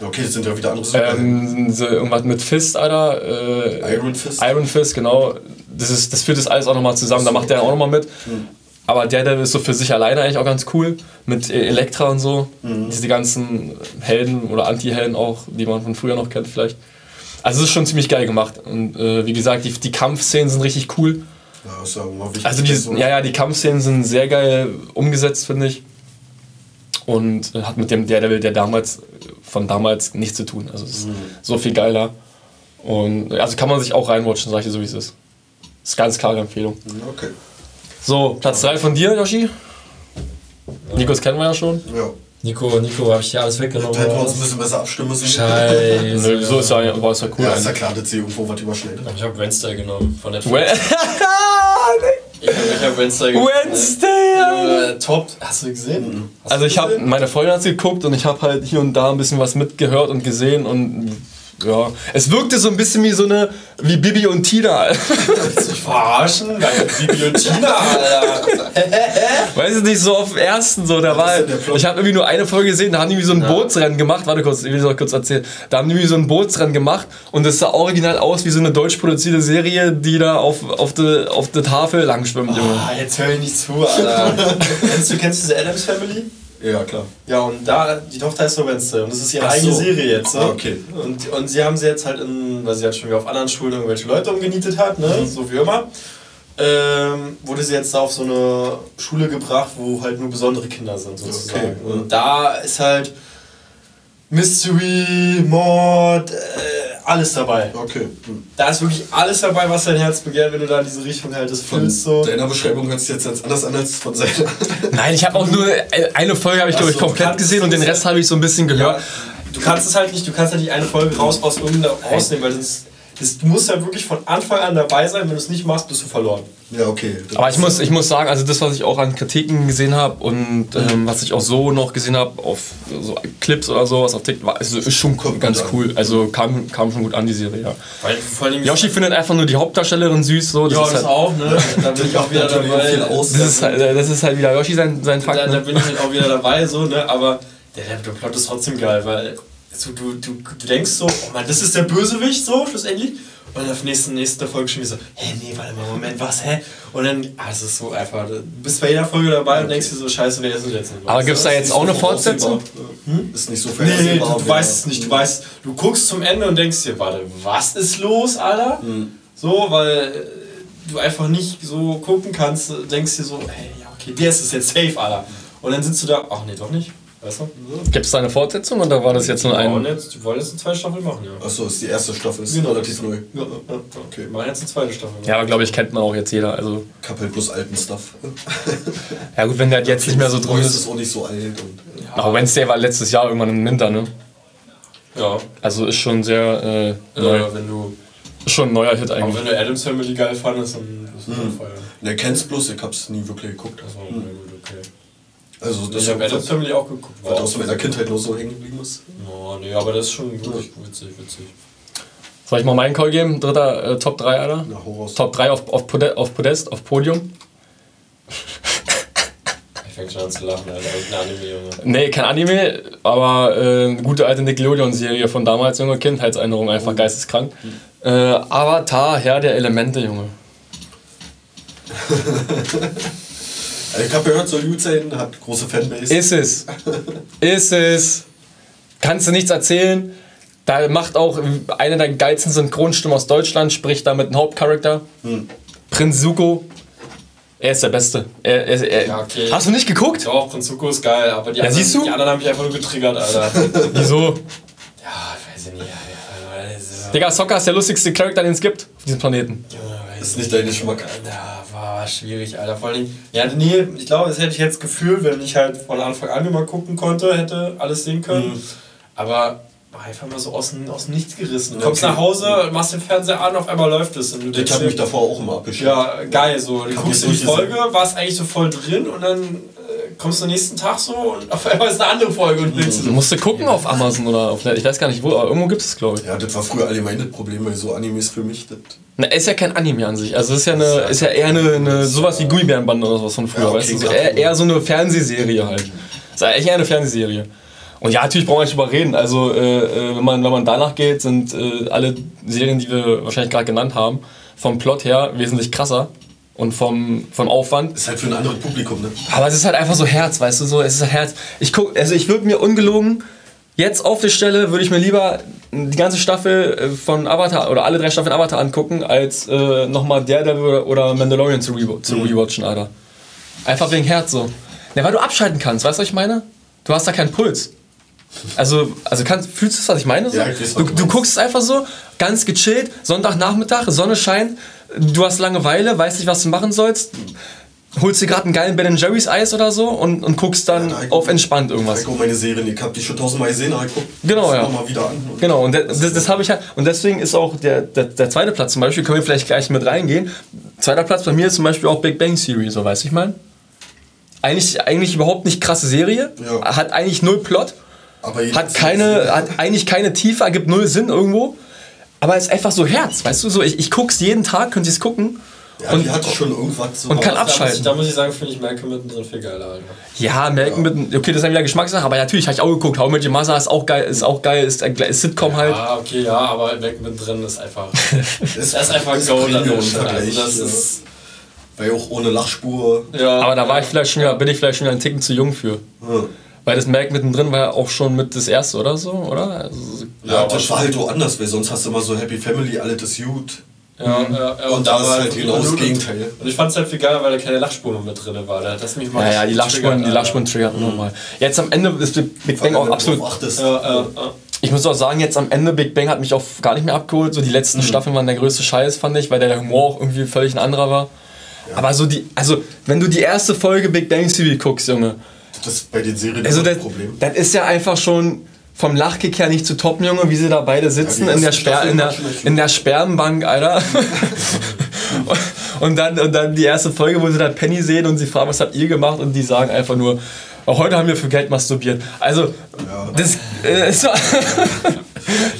Okay, das sind ja wieder andere Superhelden.
Äh, ähm, so irgendwas mit Fist, Alter. Äh,
Iron Fist.
Iron Fist, genau. Das, ist, das führt das alles auch nochmal zusammen. Da macht der auch nochmal mit. Aber Daredevil ist so für sich alleine eigentlich auch ganz cool. Mit äh, Elektra und so. Diese ganzen Helden oder Anti-Helden auch, die man von früher noch kennt vielleicht. Also es ist schon ziemlich geil gemacht. Und äh, wie gesagt, die, die Kampfszenen sind richtig cool.
ja, ist ja auch mal wichtig.
Also die,
dass so-
ja, ja, die Kampfszenen sind sehr geil umgesetzt, finde ich. Und äh, hat mit dem Daredevil, der damals von damals nichts zu tun. Also es ist so viel geiler. Und äh, also kann man sich auch reinwatchen, sag ich dir so wie es ist. Ist ganz klare Empfehlung.
Okay.
So, Platz 3 von dir, Yoshi. Nikos kennen wir ja schon.
Ja.
Nico, Nico, habe ich hier alles
Da
weggenommen.
hätten wir uns ein bisschen besser abstimmen müssen.
Scheiße.
Nö, so ist ja, war es ja cool.
Ja, ist ja
eigentlich.
klar, dass sie irgendwo was überschneidet.
Ich habe Wednesday genommen von Netflix.
Well-
Ich hab, ich hab Wednesday geguckt.
Wednesday! Alter.
Junge, top. Hast du gesehen? Hast
Also
du
ich habe
gesehen?
meine Freundin hat's geguckt und ich habe halt hier und da ein bisschen was mitgehört und gesehen und ja, es wirkte so ein bisschen wie so eine wie Bibi und Tina.
Willst du mich verarschen? Danke, Bibi und Tina, Alter.
Weißt du nicht so auf den ersten so, da war
ist denn der Plot?
ich habe irgendwie nur eine Folge gesehen, da haben die wie so ein Bootsrennen gemacht. Warte kurz, ich will das noch kurz erzählen. Da haben die wie so ein Bootsrennen gemacht und das sah original aus wie so eine deutsch produzierte Serie, die da auf auf der auf der Tafel lang schwimmt. Junge.
Ah, jetzt hör ich nicht zu, Alter. kennst, du, kennst du diese Adams Family?
Ja, klar.
Ja, und da, die Tochter heißt nur Wednesday und das ist ihre
Ach
eigene
so.
Serie jetzt, ne?
Ah, okay.
Und, und sie haben sie jetzt halt in, weil sie halt schon wieder auf anderen Schulen irgendwelche Leute umgenietet hat, ne?
Mhm.
So wie immer. Ähm, wurde sie jetzt da auf so eine Schule gebracht, wo halt nur besondere Kinder sind, sozusagen.
Okay.
Und da ist halt Mystery, Mord, äh, alles dabei.
Okay. Hm.
Da ist wirklich alles dabei, was dein Herz begehrt, wenn du da in diese Richtung halt das
Von
fühlst. So.
deiner Beschreibung hört es jetzt ganz anders an als von seiner.
Nein, ich habe auch nur äh, eine Folge habe ich glaube ich
Ach so,
komplett
kannst
gesehen und den
du-
Rest habe ich so ein bisschen gehört.
Ja, du kannst es halt nicht, du kannst halt nicht eine Folge raus aus irgendeiner rausnehmen, weil das, das, du musst halt wirklich von Anfang an dabei sein, wenn du es nicht machst, bist du verloren.
Ja, okay. Das
Aber ich muss, ich muss sagen, also das, was ich auch an Kritiken gesehen habe und ähm, was ich auch so noch gesehen habe auf so Clips oder sowas auf TikTok, war, also ist schon
Kommt
ganz
gut an.
cool. Also kam, kam schon gut an, die Serie, ja.
Weil vor allem
Yoshi findet einfach nur die Hauptdarstellerin süß, so. Das,
ja,
ist,
das
halt,
auch, ne? Da bin ich auch wieder
Natürlich viel
dabei.
aus.
das, ist, halt, das ist halt wieder Yoshi sein, sein Fakt.
Da, da
Ne?
bin ich halt auch wieder dabei, so, ne? Aber der, der, der Plot ist trotzdem geil, weil so, du, du, du denkst so, oh Mann, das ist der Bösewicht, so, schlussendlich. Und dann auf nächsten, nächste Folge schon wieder so, hä, nee, warte mal, Moment, was, hä? Und dann, ah, es ist so einfach, du bist bei jeder Folge dabei und denkst dir so, scheiße, wer ist denn jetzt?
Aber gibt's da
ist
jetzt
nicht
auch
so
eine Fortsetzung?
Hm? Ist nicht so
Nee, nee, du,
vorhersehbar,
du
aber-
weißt es nicht. Du weißt, du guckst zum Ende und denkst dir, warte, was ist los, Alter? So, weil äh, du einfach nicht so gucken kannst, denkst dir so, hey, ja, okay, der ist es jetzt safe, Alter. Und dann sitzt du da, ach nee, doch nicht. Weißt du?
Gibt es da eine Fortsetzung oder war das jetzt nur
Ja, und
ein.
jetzt, die wollen jetzt eine zweite Staffel machen, ja.
Hm. Achso, ist die erste Staffel, ist
Genau.
relativ neu.
Ja, ja, ja.
Okay.
Wir machen jetzt eine zweite Staffel. ne?
Ja, aber glaube ich, kennt man auch jetzt jeder. Also,
Kappel plus alten Stuff.
ja, gut, wenn der halt jetzt nicht mehr so drin
ist es
ist.
auch nicht so alt. Und,
Aber Wednesday war letztes Jahr irgendwann im Winter, ne?
ja.
Also ist schon sehr. Äh, neu.
Äh, wenn du,
Ist schon ein neuer Hit
aber
eigentlich.
wenn du Adams Family geil fandest, dann ist es mhm. Feier.
ne, kenn's bloß, ich hab's nie wirklich geguckt.
Das war gut, okay.
Also,
Ich
das ist
habe Adams
was
Family auch geguckt. War
aus meiner Kindheit noch so hängen geblieben ist.
Oh, nee, aber das ist schon wirklich witzig, witzig.
Soll ich mal meinen Call geben? Dritter äh, Top 3, Alter?
Na, hau raus.
Top 3 auf, auf, Podest, auf Podest, auf Podium.
Ich fäng schon an zu lachen, Alter. Irgendein Anime, Junge.
Nee, kein Anime, aber äh, eine gute alte Nickelodeon-Serie von damals, junge Kindheitserinnerung, einfach
Mhm.
geisteskrank. Äh, Avatar, Herr der Elemente, Junge.
Also, ich hab gehört, soll gut sein, hat große Fanbase.
Ist es. Ist es. Kannst du nichts erzählen. Da macht auch eine der geilsten Synchronstimmen aus Deutschland, spricht damit einen Hauptcharakter.
Mhm.
Prinz Suko. Er ist der Beste. Er, er, er,
Ja, okay.
Hast du nicht geguckt?
Doch, Prinz Zuko ist geil, aber die, anderen,
siehst du?
die anderen haben mich einfach nur getriggert, Alter.
Wieso?
ja, ich weiß ich nicht, Alter. Also,
Digga, Sokka ist der lustigste Charakter, den es gibt auf diesem Planeten.
Junge, weiß
Ist
ich
nicht dein Geschmack.
Ja, war schwierig, Alter. Vor allem, ja, nee, ich glaube, das hätte ich jetzt gefühlt, wenn ich halt von Anfang an immer gucken konnte, hätte alles sehen können. Aber war einfach mal so aus dem, aus dem Nichts gerissen. Du kommst
Okay.
nach Hause, machst den Fernseher an, auf einmal läuft es. Und du
Ich
denkst
hab
dir,
mich davor auch immer abgeschickt.
Ja, geil, so. Du
Hab
guckst
jetzt
in die
durchgesehen.
Folge, warst eigentlich so voll drin und dann äh, kommst du am nächsten Tag so und auf einmal ist eine andere Folge und willst
Mhm.
Du
du.
musst du gucken auf Amazon oder auf Net- Ich weiß gar nicht wo, aber irgendwo gibt es glaube ich.
Ja, das war früher allgemein das Problem bei so Animes für mich. Das,
Na, ist ja kein Anime an sich. Also ist ja eine, ist ja eher eine, eine sowas wie Gummibärenbande oder sowas von früher,
Ja, okay,
weißt du? So,
klar.
eher, eher so eine Fernsehserie halt. Ist ja eigentlich eher eine Fernsehserie. Und ja, natürlich brauchen wir nicht drüber reden. Also äh, äh, wenn, man, wenn man danach geht, sind äh, alle Serien, die wir wahrscheinlich gerade genannt haben, vom Plot her wesentlich krasser und vom, vom Aufwand.
ist halt für ein anderes Publikum, ne?
Aber es ist halt einfach so Herz, weißt du so, es ist halt Herz. Ich guck, also ich würde mir ungelogen, jetzt auf der Stelle würde ich mir lieber die ganze Staffel äh, von Avatar oder alle drei Staffeln Avatar angucken, als äh, nochmal Daredevil oder Mandalorian zu, re zu rewatchen, Alter. Einfach wegen Herz so. Na, weil du abschalten kannst, weißt du, was ich meine? Du hast da keinen Puls. Also, also kannst, fühlst du es, was ich meine? So?
Ja, ich weiß, was
du,
du
du
meinst.
guckst es einfach so, ganz gechillt, Sonntagnachmittag, Sonne scheint, du hast Langeweile, weißt nicht, was du machen sollst, holst dir gerade einen geilen Ben Jerry's Eis oder so und, und guckst dann
Ja, da-
auf entspannt
Was?
irgendwas.
Ich gucke meine Serien, ich hab die schon tausendmal gesehen, aber ich guck
Genau, ja.
noch mal wieder an. Und
Genau, und de- das, das habe ich halt. Und deswegen ist auch der, der, der zweite Platz zum Beispiel, können wir vielleicht gleich mit reingehen. Zweiter Platz bei mir ist zum Beispiel auch Big Bang Theory, so weiß ich mal. Eigentlich, eigentlich überhaupt nicht krasse Serie,
Ja.
hat eigentlich null Plot,
Aber jedes
hat, keine, hat eigentlich keine Tiefe, ergibt null Sinn irgendwo. Aber ist einfach so Herz, weißt du, so ich, ich guck's jeden Tag, könnt ihr es gucken.
ja, die
und,
hatte schon irgendwas so.
und kann
Aber
ab- abschalten.
Da muss ich, da muss ich sagen, finde ich Malcolm mittendrin viel geiler. Alter.
Ja, merken mit. Okay, das ist dann wieder Geschmackssache, aber natürlich habe ich auch geguckt. How I Met Your Mother ist auch geil, ist auch geil, ist, ein geiles Sitcom halt.
Ah, okay, ja, aber Malcolm mittendrin ist einfach.
das
Das ist einfach ein
ist
Goal an der
Premium
Stelle.
Vergleich.
Also das
ja.
ist.
Weil auch ohne Lachspur.
Ja,
Aber da war ich vielleicht schon wieder, bin ich vielleicht schon wieder einen Ticken zu jung für.
Ja.
Weil das Merk mittendrin war ja auch schon mit das erste oder so, oder? Also,
Ja, das war halt so anders, weil sonst hast du immer so Happy Family, alles ist gut.
Ja, ja, ja,
Mhm. Und da ist
war
halt genau das Gegenteil.
Und ich fand es halt viel geiler, weil da keine Lachspuren noch mit drin war. Da hat das mich mal
ja, ja, die
richtig
Lachspuren, die
triggert,
Lachspuren triggert nochmal. Jetzt am Ende ist Big Big Bang auch
Wenn du
absolut.
drauf achtest.
Alter. Ja, ja, ja.
Ich muss auch sagen, jetzt am Ende Big Bang hat mich auch gar nicht mehr abgeholt. So die letzten Staffeln waren der größte Scheiß, fand ich, weil der Humor auch irgendwie völlig ein anderer war. Aber so die, also wenn du die erste Folge Big Bang Theory guckst, Junge,
Das ist bei den Serien
Also
immer
das,
ein Problem.
das ist ja einfach schon vom Lachkick her nicht zu toppen, Junge, wie sie da beide sitzen
Ja, die
in, der
ersten
Sper in, der,
Staffeln waren schon
in der Sperrenbank, Alter. und, dann, und dann die erste Folge, wo sie dann Penny sehen und sie fragen, was habt ihr gemacht? Und die sagen einfach nur, "Oh, heute haben wir für Geld masturbiert. Also, das äh, ist so...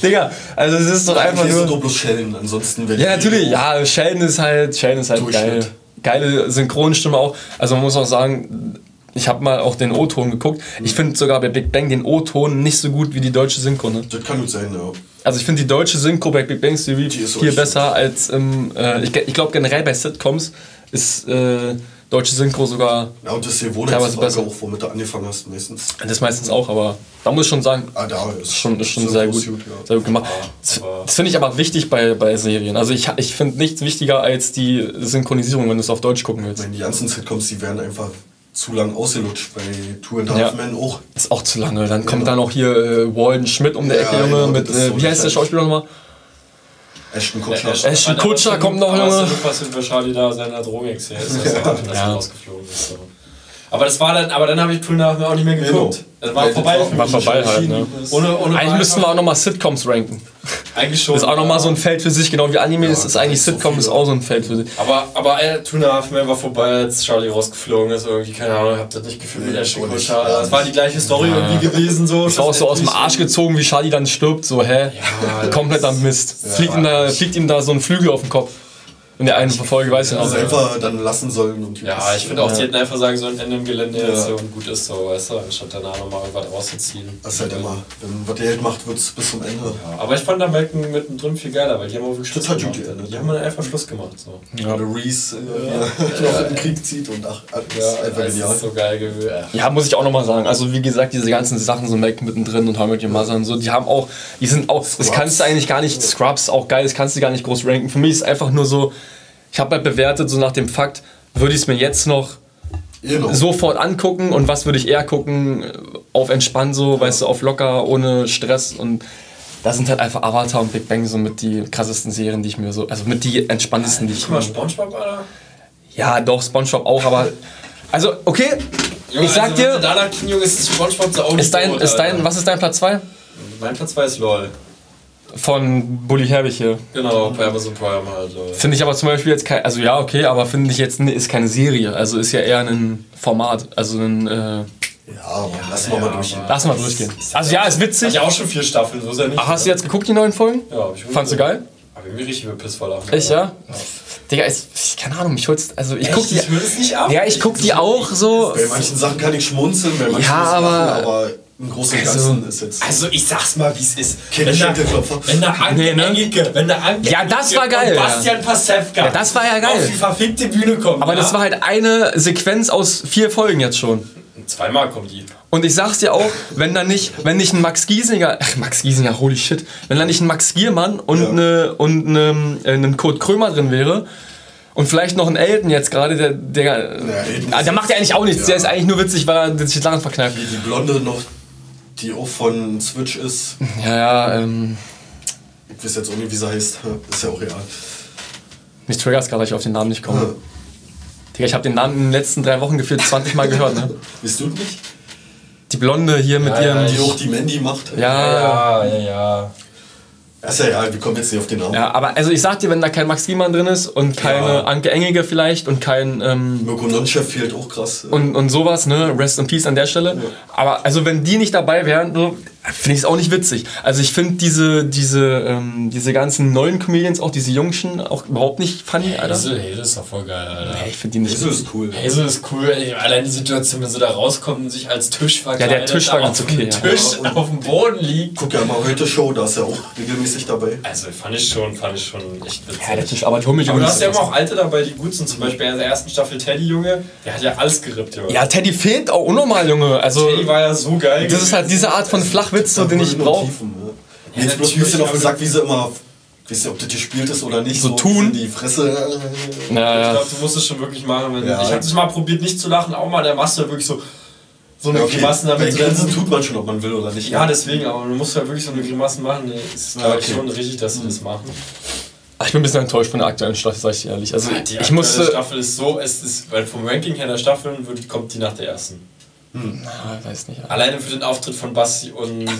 Digga, also es ist doch einfach
Eigentlich
nur...
ist doch bloß Schellen, ansonsten wenn
Ja, natürlich. Ja, Sheldon ist halt, Sheldon ist halt geil.
Durchschnitt.
Geile Synchronstimme auch. Also man muss auch sagen, ich habe mal auch den O-Ton geguckt. Ich finde sogar bei Big Bang den O-Ton nicht so gut wie die deutsche Synchro. Ne?
Das kann gut sein, ja.
Also ich finde die deutsche Synchro bei Big Bang Theory
Die ist so
viel
richtig.
besser als im... Äh, ich ge- ich glaube generell bei Sitcoms ist äh, deutsche Synchro sogar...
Ja, und das ist die
Teilweise besser.
Wohnheitsfrage auch, womit du angefangen hast meistens.
Das meistens auch, aber da muss ich schon sagen,
Ah, da ist
schon, ist schon
so
sehr,
groß
gut,
ja.
sehr gut gemacht. Das, das finde ich aber wichtig bei, bei Serien. Also ich, ich finde nichts wichtiger als die Synchronisierung, wenn du es auf Deutsch gucken
Ich
willst.
meine, die ganzen Sitcoms, die werden einfach zu lang ausgelutscht. Bei Two and a
Ja.
Half Men auch.
Ist auch zu lange. Dann kommt dann auch hier äh, Walden Schmidt um der
Ja,
Ecke, Junge,
genau,
mit,
das ist
äh,
so
wie heißt der
lächerlich.
Schauspieler nochmal?
Ashton Kutcher.
Ashton
Ashton
Aber
Kutscher
absolut-
kommt noch,
aber
Junge.
Absolut, was für Charlie da seiner Drogen ist. Das ist ja.
Ja.
rausgeflogen ist. So. Aber das war dann, aber dann habe ich Tool nachher auch nicht mehr geguckt.
Genau.
Das war
Weil das
vorbei.
war-
für
War
mich.
vorbei halt, ne?
Ohne, ohne
Eigentlich müssten wir auch nochmal Sitcoms ranken.
eigentlich schon.
Das ist auch nochmal so ein Feld für sich, genau wie Anime ist, ist
da
eigentlich
ist so
Sitcom,
viel.
ist auch so ein Feld für sich.
Aber, aber äh, Two and a Half Men war vorbei, als Charlie rausgeflogen ist. Irgendwie, keine Ahnung, hab das nicht gefühlt mit
Nee,
Ashton
auch nicht.
Kutcher.
Ja,
Das war die gleiche Story irgendwie gewesen. So.
Ist auch so aus dem
Schlussendlich.
Arsch gezogen, wie Charlie dann stirbt, so, hä?
das-
Kompletter Mist. fliegt, ihm da, fliegt ihm da so ein Flügel auf den Kopf. In der einen Folge, also- weiß ich
Das
noch.
einfach dann lassen sollen. Und die-
Ja, ich finde auch, die hätten einfach sagen sollen, Ende im Gelände jetzt so und gut ist so, weißt du, anstatt danach nochmal irgendwas rauszuziehen.
Das ist halt immer, wenn was der Held macht, wird es bis zum Ende. Ja.
Aber ich fand da Malcolm mittendrin viel geiler, weil die haben auch wirklich Schluss
hat
gemacht.
gut geendet.
Die haben dann einfach Schluss gemacht. So.
Gerade Reese, äh, ja. noch in den Krieg zieht und ach, das ist einfach
das
genial.
ist so geil gewesen. Ja.
Ja, muss ich auch nochmal sagen. Also wie gesagt, diese ganzen Sachen, so Mac mittendrin und Hamlet Mother und so, die haben auch, die sind auch, das kannst du eigentlich gar nicht, Scrubs auch geil, das kannst du gar nicht groß ranken. Für mich ist einfach nur so, ich habe halt bewertet, so nach dem Fakt, würde ich es mir jetzt noch
Genau.
sofort angucken und was würde ich eher gucken, äh, auf entspannt so, weißt du, auf locker, ohne Stress und da sind halt einfach Avatar und Big Bang so mit die krassesten Serien, die ich mir so, also mit die entspanntesten, die ich
Guck mal, Spongebob, Alter.
Ja, doch, Spongebob auch, aber, also, okay, ich sag
also,
dir,
Danach Junge, ist Spongebob so auch nicht
ist dein,
tot,
ist dein,
Alter.
was ist dein Platz 2?
Mein Platz 2 ist LOL.
von Bully Herbig hier.
Genau, bei Amazon Prime halt. äh.
Finde ich aber zum Beispiel jetzt kein, also ja, okay, aber finde ich jetzt, ne- ist keine Serie, also ist ja eher ein Format, also ein, äh,
Ja, aber lass mal mal durchgehen.
lass mal durchgehen. Also ja, ist
Hab
witzig.
ich auch schon vier Staffeln, so ist ja nicht.
Ach, hast du jetzt geguckt, die neuen Folgen?
Ja, hab ich gut
Fandst du
gesehen.
geil?
Hab ich mich richtig mit Piss verlachen.
Ich, ja? Digga, ist, ich, keine Ahnung, mich holst, also ich guck die,
Ich will es nicht ab. Also,
ja, ich guck die auch so,
Bei manchen Sachen kann ich schmunzeln, bei manchen
Ja,
muss ich
aber-
lachen, aber im Großen und
Also-
Ganzen ist jetzt.
Also ich sag's mal, wie es ist.
Kenn ich Schenkelklopfer.
wenn der Anke
Nee, ne?
Engelke, wenn der Anke
Ja, das
Engelke
war geil,
und
ja.
Bastian Pasewka
Ja, das war ja geil.
auf die verfickte Bühne kommen.
aber
ja?
das war halt eine Sequenz aus vier Folgen jetzt schon.
zweimal kommen die.
Und ich sag's dir auch, wenn da nicht, wenn nicht ein Max Giesinger, ach Max Giesinger, holy shit, wenn da nicht ein Max Giermann und
Ja.
ne, und ne, äh, ein Kurt Krömer drin wäre und vielleicht noch ein Elton jetzt gerade, der der,
Elton
ah,
ist-
der macht ja eigentlich auch nichts,
Ja.
der ist eigentlich nur witzig, weil er sich daran verkneift.
Die Blonde noch, die auch von Switch ist.
Ja, ja, ähm,
Ich weiß jetzt auch nicht, wie sie heißt. Ist ja auch real.
mich triggers gerade, dass ich auf den Namen nicht komme. Digga, ich habe den Namen in den letzten drei Wochen gefühlt 20 Mal gehört, ne?
Wisst du nicht?
Die Blonde hier mit ihrem,
Die auch die Mandy macht.
ja,
Ja, ja, ja.
Ist ja egal, wir kommen jetzt nicht auf den Namen.
ja, aber also ich sag dir, wenn da kein Max Giermann drin ist und keine
Ja.
Anke Engelke vielleicht und kein, ähm,
Mirko Nonchef fehlt auch krass.
und, und sowas, ne? Rest in Peace an der Stelle. Aber also wenn die nicht dabei wären, so, finde ich es auch nicht witzig. Also ich finde diese, diese, ähm, diese ganzen neuen Comedians, auch diese Jungschen, auch überhaupt nicht funny, Alter.
Hazel, Hazel ist doch voll geil, Alter.
Ey, ich finde die nicht
Hazel ist cool.
Hazel ist cool, ey. allein die Situation, wenn sie da rauskommt und sich als Tisch verkleidet.
der Tisch war
aber
ganz
auf dem
okay, ja.
Tisch auf dem Boden liegt.
Guck ja mal heute Show, da ist ja auch regelmäßig dabei.
Also fand ich schon, fand ich schon echt witzig.
Ja, der Tisch, aber ich hol mich
aber du
übrigens-
hast ja immer auch Alte dabei, die gut sind. Zum Beispiel in der ersten Staffel Teddy, Junge, der hat ja alles gerippt, Junge.
Ja, Teddy fehlt auch unnormal, Junge. Also
Teddy war ja so geil.
das ist halt diese Art von Flachwitz, so, den ich
Höhen und
brauche.
Tiefen, Ja. Jetzt bloß ein bisschen auf den Sack, wie sie immer. Wisst ihr, ob das gespielt ist oder nicht?
So tun.
Die Fresse.
Ich
Ja, ja.
glaube, du musst es schon wirklich machen. Wenn
Ja.
ich habe es mal probiert, nicht zu lachen, auch mal der Master wirklich so, so eine
Ja, okay.
Grimassen
Bei
damit
Grenzen
drin.
tut man schon, ob man will oder nicht.
Ja, deswegen, aber du musst ja wirklich so eine Grimassen machen. ey. Es ist,
Ja,
glaube ich,
okay.
schon richtig, dass sie das machen.
Ah, Ich bin ein bisschen enttäuscht von der aktuellen Staffel, sag ich dir ehrlich. Also
Die
ich
aktuelle
musste.
Staffel ist so, es ist, weil vom Ranking her der Staffeln wird, kommt die nach der ersten.
Ah, weiß nicht.
Alleine für den Auftritt von Basti und, und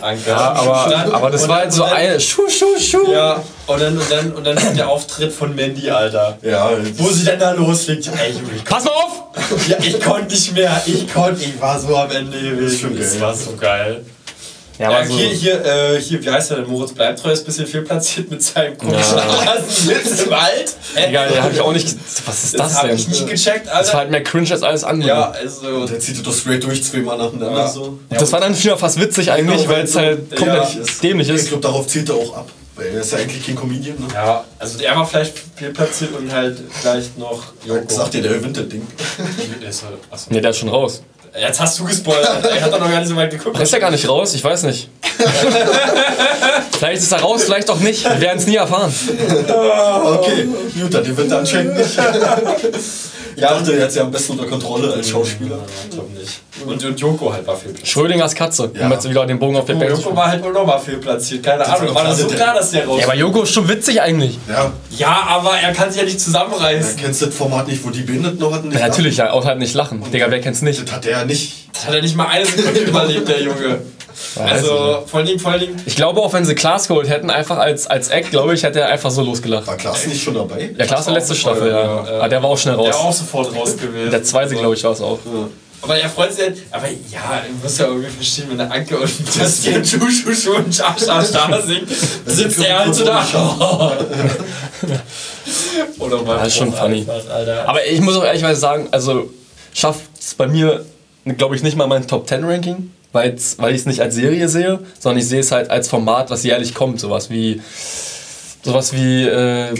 Anke.
Ja,
Dann-
aber, aber das
und
war
dann-
halt so
und dann-
eine. Schuh, schuh, schuh.
Ja, und dann, und dann, und dann kommt der Auftritt von Mandy, Alter.
Ja,
Wo sie denn da losfliegt. Ey, Junge, ich
Pass mal auf!
Ja, ich konnte nicht mehr. Ich konnte, ich war so am Ende gewesen.
geil.
Das war so geil.
Ja,
Ja,
aber
hier, hier, äh, hier, wie heißt er denn? Moritz Bleibtreu ist ein bisschen fehlplatziert mit seinem komischen Sitz im Wald. Äh,
Egal, den hab ich auch nicht. Was ist
das
das,
habe
denn?
ich nicht gecheckt,
Das war
Alter.
halt mehr cringe als alles andere.
Ja, also.
Der zieht das doch straight durch, zweimal nacheinander.
Ja.
So.
Das war dann schon fast witzig eigentlich,
Genau,
weil es halt komplett
Ja, ist-
dämlich
Ich
ist.
glaube, darauf zielt er auch ab. Weil er ist ja eigentlich kein Comedian, ne?
Ja, also der war vielleicht fehlplatziert und halt vielleicht noch
Ich sag
Joko.
dir, der gewinnt das Ding.
Ist er- achso.
Ne, der ist schon raus.
Jetzt hast du gespoilert. Er hat doch noch gar nicht so weit geguckt.
Der ist ja gar nicht raus, ich weiß nicht. vielleicht ist er raus, vielleicht auch nicht. Wir werden es nie erfahren.
Okay, gut, dann gewinnt er anscheinend nicht. ich dachte, er hat sie am besten unter Kontrolle als Schauspieler.
Ich glaube nicht. Und, und Joko halt war fehlplatziert.
Schrödingers Katze, um jetzt wieder den Bogen auf den Berg zu
Joko war halt auch nochmal fehlplatziert. Keine Ahnung. War das so klar, dass der raus
Ja, aber Joko ist schon witzig eigentlich.
Ja,
Ja, aber er kann sich ja nicht
er
zusammenreißen.
kennst das Format nicht, wo die Behinderten noch hatten.
Ja, natürlich, ja, auch halt nicht lachen. Digga, wer kennt's nicht?
Das hat er ja nicht.
Das hat er nicht mal eine Sekunde überlebt, der Junge. Also, vor allen Dingen, vor allen Dingen.
Ich glaube, auch wenn sie Klaas geholt hätten, einfach als, als Act, glaube ich, hätte er einfach so losgelacht.
War Klaas nicht schon dabei?
Ja, Klaas war letzte Staffel, ja.
Ja.
Ah, der war auch schnell
Der war auch
raus.
sofort raus gewesen.
Der zweite, glaube ich, war es auch.
Aber er freut sich halt. Aber ja, du musst ja irgendwie verstehen, wenn der Anke und das hier Chuschu Schu und Scha Scha Scha singt, sitzt er halt so da. Oder mal.
Das ist schon
Boah,
funny.
Alter, Alter.
Aber ich muss auch ehrlicherweise sagen, also schafft es bei mir, glaube ich, nicht mal mein Top 10 Ranking, weil's, weil ich es nicht als Serie sehe, sondern ich sehe es halt als Format, was jährlich kommt. Sowas wie. Sowas wie. Äh,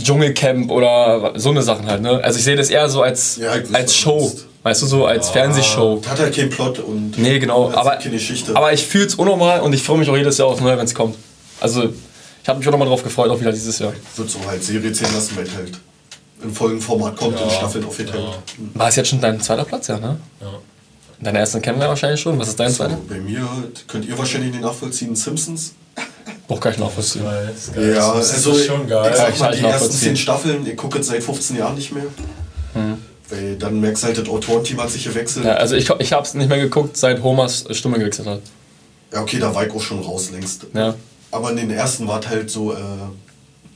Dschungelcamp oder so eine Sachen halt, ne? Also ich sehe das eher so als,
Ja, ich weiß, was
als
du
Show.
meinst.
Weißt du, so als Fernsehshow.
Das hat halt keinen Plot und.
Nee, genau.
Das ist
Aber,
keine Geschichte.
aber ich fühle es unnormal und ich freue mich auch jedes Jahr aufs Neue, wenn es kommt. Also ich habe mich auch nochmal drauf gefreut, auch wieder dieses Jahr.
Wird so halt Serie 10 lassen, weil halt in Folgenformat kommt, in Staffeln halt. aufgeteilt.
War es jetzt schon dein zweiter Platz, ja, ne? Ja. Deinen ersten kennen wir wahrscheinlich schon. Was ist dein zweiter?
Bei mir könnt ihr wahrscheinlich den nachvollziehen, Simpsons.
Auch gar nicht nachvollziehen.
Das ist geil.
Ja,
das ist also, schon geil.
Ich
Ja,
sag
ich
mal,
kann
die
nicht
ersten
nachvollziehen.
zehn Staffeln, ihr guckt jetzt seit 15 Jahren nicht mehr.
Hm.
Weil dann merkst du halt, das Autorenteam hat sich gewechselt.
Ja,
Ja.
also ich, ich habe es nicht mehr geguckt, seit Homers Stimme gewechselt hat.
okay, da war ich auch schon raus längst.
Ja.
Aber in den ersten war es halt so äh,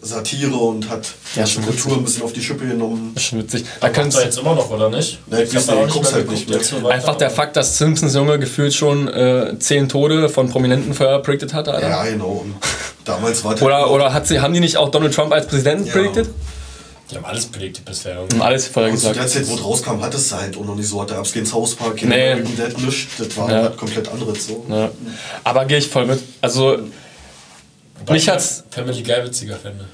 Satire und hat
Ja,
die
schon
Kultur ein bisschen auf die Schippe genommen.
Das ist schon witzig. Da kannst
Kannst du jetzt immer noch, oder nicht?
Ne,
hab da
Disney,
auch
guckst
mehr
halt nicht
geguckt,
mehr.
jetzt so weiter.
einfach der Fakt, dass Simpsons Junge gefühlt schon äh, zehn Tode von Prominenten verpredicted hat, Alter.
Ja, genau. Und damals war es
Oder, oder hat sie, haben die nicht auch Donald Trump als Präsidenten
Ja.
predicted?
Die haben alles belegt bisher.
Haben alles vorher
Und zu
gesagt.
der Zeit, wo es rauskam, hattest du halt auch noch nicht so. Da gab es ins Hauspark, keine
Nee.
American Dad, nichts. Das war
Ja.
halt komplett anderes so.
Ja. Aber gehe ich voll mit. Also,
Wobei
Mich
ich
hat's-
Family Guy witziger finde.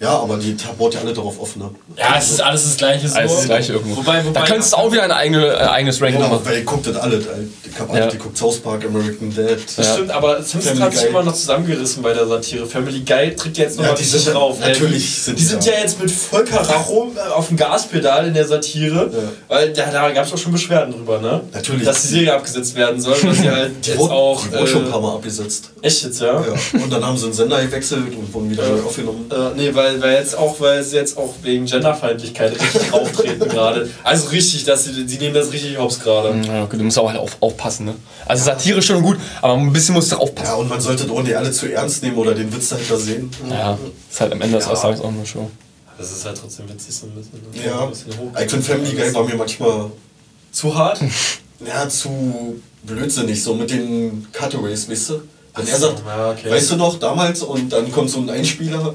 Ja, aber die baut ja alle darauf auf, ne?
Ja, es ist alles das Gleiche. So.
alles das gleiche irgendwo.
Wobei, wobei,
da könntest du auch wieder ein eigene, äh, eigenes Ranking
Genau,
machen.
weil ihr guckt das alle. Ich hab alle,
Ja.
die guckt Hauspark, American Dad.
Ja.
Stimmt, aber Simpsons
Family
hat sich
Guy.
immer noch zusammengerissen bei der Satire. Family Guy tritt jetzt
Ja,
nochmal
die
ja,
sind
richtig
ja-
drauf. ey.
natürlich sind
die
die
sind
da.
ja jetzt mit Volker Racho auf dem Gaspedal in der Satire,
Ja.
weil da, da gab es auch schon Beschwerden drüber, ne?
Natürlich.
Dass die Serie abgesetzt werden soll, dass sie halt
Die
jetzt
wurde,
auch.
die wurde
äh,
schon ein paar Mal abgesetzt.
Echt jetzt, ja?
Ja. Und dann haben sie einen Sender gewechselt und wurden wieder
Ja.
neu aufgenommen.
Äh, nee, weil, weil jetzt auch, weil sie jetzt auch wegen Genderfeindlichkeit richtig auftreten gerade. Also richtig, dass sie, die nehmen das richtig hops gerade.
Mhm.
Ja, okay, du musst auch halt auf, aufpassen, ne? Also Satire ist schon gut, aber ein bisschen musst du
Ja,
aufpassen.
und man sollte doch nicht alle zu ernst nehmen oder den Witz dahinter sehen.
Ja. Ist halt am Ende des Austages auch eine Show.
Das ist halt trotzdem witzig so ein bisschen. ne?
Ja.
Ein bisschen hoch.
Ich finde Family Guy war mir manchmal
Zu hart?
ja, zu blödsinnig, so mit den Cutaways, weißt du? Wenn er
so,
sagt,
ja, okay.
weißt du noch, damals und dann kommt so ein Einspieler.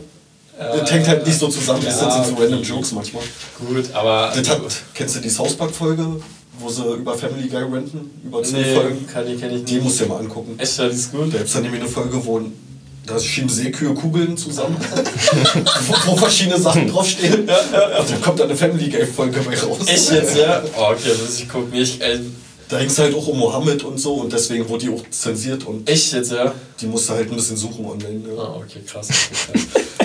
das hängt halt nicht so zusammen, das
ja,
sind so
okay. Also-
random Jokes manchmal.
Gut, aber.
Das hat, kennst du die South Park-Folge, wo sie über Family Guy renten? Über zwei
Nee,
Folgen?
kann ich, kann ich
Die
nicht.
musst du dir mal angucken.
Echt, das ist gut.
Da gibt es dann nämlich eine Folge, wo da schieben Seekühe Kugeln zusammen, wo, wo verschiedene Sachen draufstehen. Und dann kommt dann eine Family Guy-Folge bei raus.
Echt jetzt, ja? Oh, okay, das muss ich gucken. Ich, äh,
Da ging es halt auch um Mohammed und so und deswegen wurde die auch zensiert und
echt jetzt, ja?
die musste halt ein bisschen suchen online.
Ah,
Ja.
okay, krass.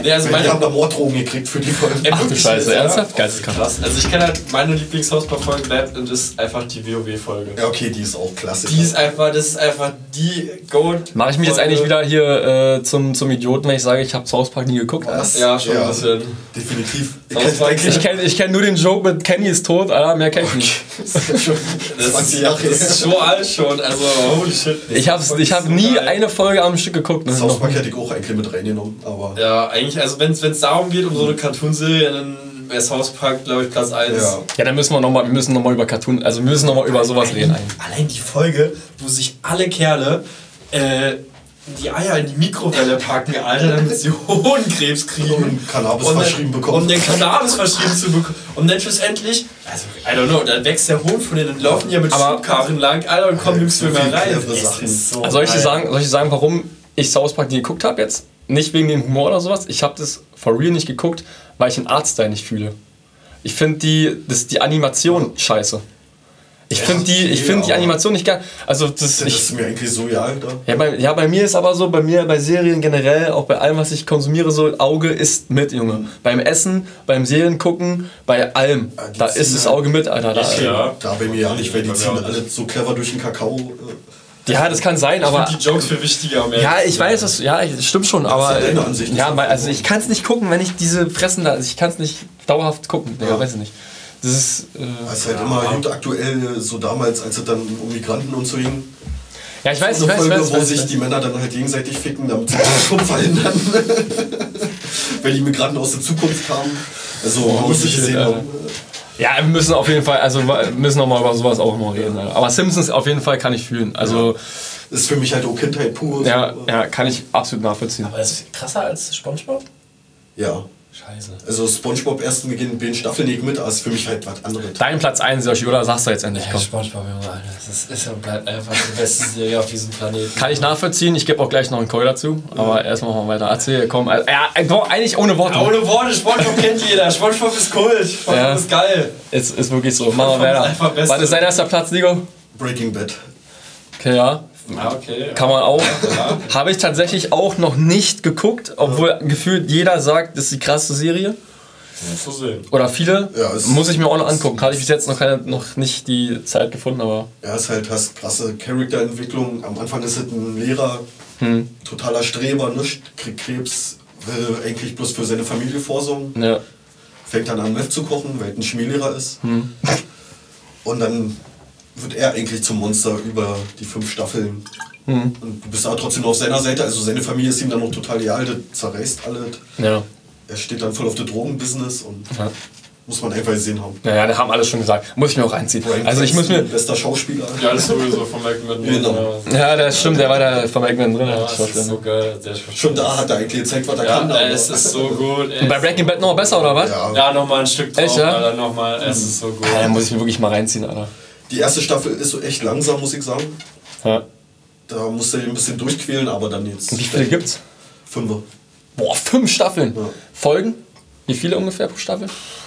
nee, also
Weil die haben
meine.
da Morddrohungen gekriegt für die Folge.
Ey,
Ach du
wirklich
Scheiße,
jetzt, ja?
ernsthaft? Geisteskrank.
Krass. Also ich kenne halt meine Lieblingshausbar-Folge bleibt und ist einfach die WoW-Folge.
Ja, okay, die ist auch klasse.
Die ist einfach, das ist einfach die Gold.
Mache ich mich jetzt eigentlich wieder hier äh, zum, zum Idioten, wenn ich sage, ich habe South Park nie geguckt? Alter?
Ja, schon ein bisschen.
Definitiv. Ich
South Park-
denke,
Ich kenne ich kenn nur den Joke mit Kenny ist tot, Alter, mehr kenn ich nicht.
das ist schon
Das
20
ist,
Jahre
das ist
her.
so alt schon, also holy shit.
Ich habe ich hab
So
nie
geil.
eine Folge am Stück geguckt. Ne?
South Park hätte ich auch eigentlich mit reingenommen, aber
Ja, eigentlich, also wenn es darum geht, um so eine Cartoon-Serie, dann wäre South Park, glaube ich, Platz 1.
ja.
Ja, dann müssen wir nochmal noch mal- wir müssen noch mal über Cartoon, also wir müssen nochmal über sowas reden. eigentlich.
Allein die Folge, wo sich alle Kerle äh, die Eier in die Mikrowelle packen, Alter, damit sie Hohenkrebs kriegen.
Und Cannabis verschrieben bekommen.
Um den Cannabis verschrieben zu bekommen. Und dann schlussendlich, also, I don't know, dann wächst der Hohn von denen und laufen die ja mit
Aber-
Schubkarren lang, Alter, und kommen nirgends
so
mehr
viel
rein.
clevere Sachen.
so
Also soll ich, dir
geil.
sagen, soll ich dir sagen, warum ich South Park nie geguckt habe jetzt? Nicht wegen dem Humor oder sowas. Ich habe das for real nicht geguckt, weil ich den Artstyle nicht fühle. Ich finde die, das, die Animation scheiße. Ich finde die, ich
okay,
find die
aber-
Animation nicht geil. Also das,
das
ich,
ist mir eigentlich so ja, Alter.
ja, bei, ja, bei mir ist aber so, bei mir, bei Serien generell, auch bei allem, was ich konsumiere, so Auge ist mit, Junge. Beim Essen, beim Serien gucken, bei allem.
Ja, die
Da ist
ziehen
das
halt-
Auge mit, Alter. Da,
Ja.
Da bei mir ja nicht, weil die
Ja,
ziehen
ja.
alle so clever durch den Kakao. äh,
ja, das kann sein,
Ich
aber.
find die Jokes für wichtiger, um ehrlich
Ja,
zu
ich
sein.
weiß, das, ja, ich- das stimmt schon, aber.
ist ja deine Ansicht,
ja,
nicht
weil,
meine.
also ich kann es nicht gucken, wenn ich diese Fressen da. Also ich kann es nicht dauerhaft gucken. Ja.
Ja.
weiß ich nicht. Das ist. Äh,
Das ist halt immer gut aktuell, äh, so damals, als es dann um Migranten und so ging.
ja, ich weiß,
so
ich
eine
weiß, ich
Folge,
weiß.
wo
weiß,
sich
weiß.
die Männer dann halt gegenseitig ficken, damit sie den Schub verhindern. Weil die Migranten aus der Zukunft kamen. Also, oh, muss ich
shit,
sehen.
Alter. Ja, wir müssen auf jeden Fall, also wir müssen nochmal über sowas auch noch reden. Alter. Aber Simpsons auf jeden Fall kann ich fühlen. Also,
Ist für mich halt auch Kindheit pur.
ja,
So, äh,
ja, kann ich absolut nachvollziehen.
Aber das ist krasser als Spongebob?
ja.
Scheiße.
Also, Spongebob ersten Beginn, den Staffeln nicht mit, aber ist für mich halt was anderes.
Dein Platz 1, Joshi, oder sagst du jetzt endlich?
Ja,
Komm.
Spongebob, Junge, Alter. Das ist, ist und bleibt einfach die beste Serie auf diesem Planeten.
Kann ich nachvollziehen, ich gebe auch gleich noch einen Keul dazu, aber erstmal mal weiter. Erzähl, komm. Also, ja, doch, eigentlich ohne Worte.
Ohne Worte, Spongebob kennt jeder. Spongebob ist Kult. Spongebob
Ja.
ist geil.
Ist, ist wirklich so. Machen wir
Das ist einfach
weiter.
Beste.
Wann ist dein erster Platz, Nico?
Breaking Bad.
Okay, ja.
Ah, okay.
Kann man auch. Habe ich tatsächlich auch noch nicht geguckt, obwohl gefühlt jeder sagt, das ist die krasseste Serie.
Zu sehen.
Oder viele.
Ja, es-
Muss ich mir auch noch angucken. Hatte ich bis jetzt noch, keine, noch nicht die Zeit gefunden, aber.
Er ist halt, hast krasse Charakterentwicklung. Am Anfang ist es ein Lehrer,
Hm.
totaler Streber, nicht, kriegt Krebs, will eigentlich bloß für seine Familie vorsorgen.
Ja. Hm.
fängt dann an Meth zu kochen, weil er ein Chemielehrer ist. Und dann wird er eigentlich zum Monster über die fünf Staffeln.
Hm.
Und du bist aber trotzdem nur auf seiner Seite. Also seine Familie ist ihm dann noch total real, das zerreißt alles.
Ja.
Er steht dann voll auf der Drogenbusiness und
Ja.
muss man einfach gesehen haben.
Naja, da haben alle schon gesagt. Muss ich mir auch reinziehen.
Bryan
Also ich muss
Cranston,
mir.
Bester Schauspieler.
Ja, das sowieso von Malcolm Madden.
Genau.
Ja, das stimmt, der war da vom Eggman drin.
Ja, das ist so geil. Der ist
Schon da hat er eigentlich gezeigt, was er
Ja,
kann.
ey,
aber-
es ist so gut. ey.
Bei Breaking Bad noch besser, oder was?
ja.
Ja, nochmal ein Stück drauf,
Echt, ja?
Alter, nochmal. Es ist so gut.
Da muss ich mir wirklich mal reinziehen, Alter.
Die erste Staffel ist so echt langsam, muss ich sagen.
Ja.
Da musst du ihn ein bisschen durchquälen, aber dann jetzt.
Wie viele gibt's?
Fünfe.
Boah, fünf Staffeln.
Ja.
Folgen? Wie viele ungefähr pro Staffel?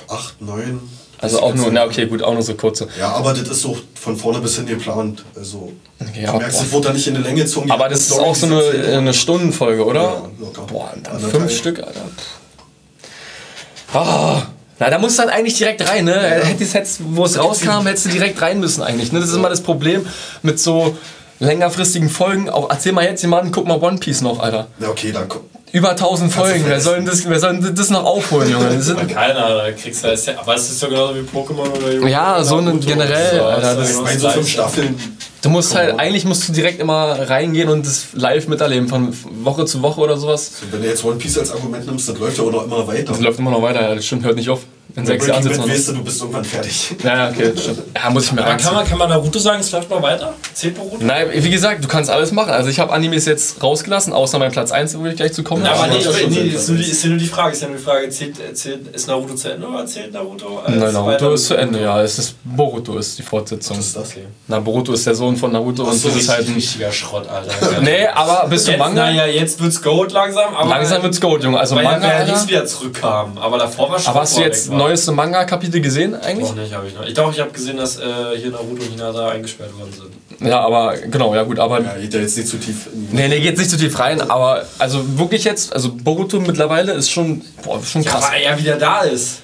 Acht, neun.
Also
Das
auch nur,
Ganze.
na okay, gut, auch nur so kurze.
Ja, aber das ist so von vorne bis hin geplant. Also.
Ja,
du merkst, es wurde da nicht in die Länge gezogen.
Aber das ist auch so eine, eine Stundenfolge, oder?
Ja, locker.
Boah, und dann
Anderthalb.
fünf Stück, Alter. Pff. Ah, na, da musst du dann eigentlich direkt rein, ne? Hättest, hättest, wo es rauskam, hättest du direkt rein müssen eigentlich. Ne? Das ist immer das Problem mit so längerfristigen Folgen. Auch, erzähl mal jetzt jemanden, guck mal One Piece noch, Alter.
Ja, okay, dann guck.
Über 1000
Also
Folgen. Wer soll, denn das, wer soll denn das noch aufholen, Junge? Das sind,
Keiner, da kriegst du das. Aber es ist ja genauso wie Pokémon oder Yu-Gi-Oh!
Ja, so
oder
ein
Naruto.
generell,
So, also
Alter,
ist
das-
Ich
ja
meine, so
genauso
fünf
gleich.
Staffeln.
Du musst
Oh.
halt, eigentlich musst du direkt immer reingehen und das live miterleben, von Woche zu Woche oder sowas.
Wenn du jetzt One Piece als Argument nimmst, das läuft ja auch noch immer weiter.
Das läuft immer noch weiter, ja, das stimmt, hört nicht auf. In sechs Jahren
Breaking
sitzt
Bad
man. noch.
weißt du, du bist irgendwann fertig.
Ja, ja, okay, das stimmt. Ja, muss ich mir
Aber kann
reinziehen.
man, kann man Naruto sagen, es läuft noch weiter? Zählt Naruto?
Nein, wie gesagt, du kannst alles machen. Also ich habe Animes jetzt rausgelassen, außer mein Platz 1, wo ich gleich zu kommen
Na,
habe.
aber
Ja,
nee,
das
ich,
schon
nee,
Sinn,
ist, nur die,
das
ist ja nur die Frage, ist ja nur die Frage, zählt, äh, zählt, ist Naruto zu Ende oder zählt Naruto als
Nein, Naruto
weiter-
ist zu Ende, ja. Es ist Boruto ist die Fortsetzung.
Was ist das?
Okay.
Na, Boruto ist der Sohn von Naruto und
so,
das ist halt
Ein
ein.
richtiger Schrott, Alter.
Nee, aber bis zum
Jetzt,
Manga.
naja, jetzt wird's Gold langsam, aber.
Langsam wird's Gold, Junge. Also
Weil
Manga.
ja, weil ja
Alter.
nichts wieder zurückkam. Aber davor war schon.
Aber hast du jetzt
vorweg, war.
neueste Manga-Kapitel gesehen eigentlich?
Auch nicht, habe ich noch. Ich glaube, ich habe gesehen, dass äh, hier Naruto und Hinata eingesperrt worden sind.
Ja, aber genau, ja gut, aber
Ja, geht ja jetzt nicht zu tief in die.
Nee, nee, geht nicht zu tief rein, aber also wirklich jetzt, also Boruto mittlerweile ist schon, boah, schon
Ja,
krass.
weil er wieder da ist.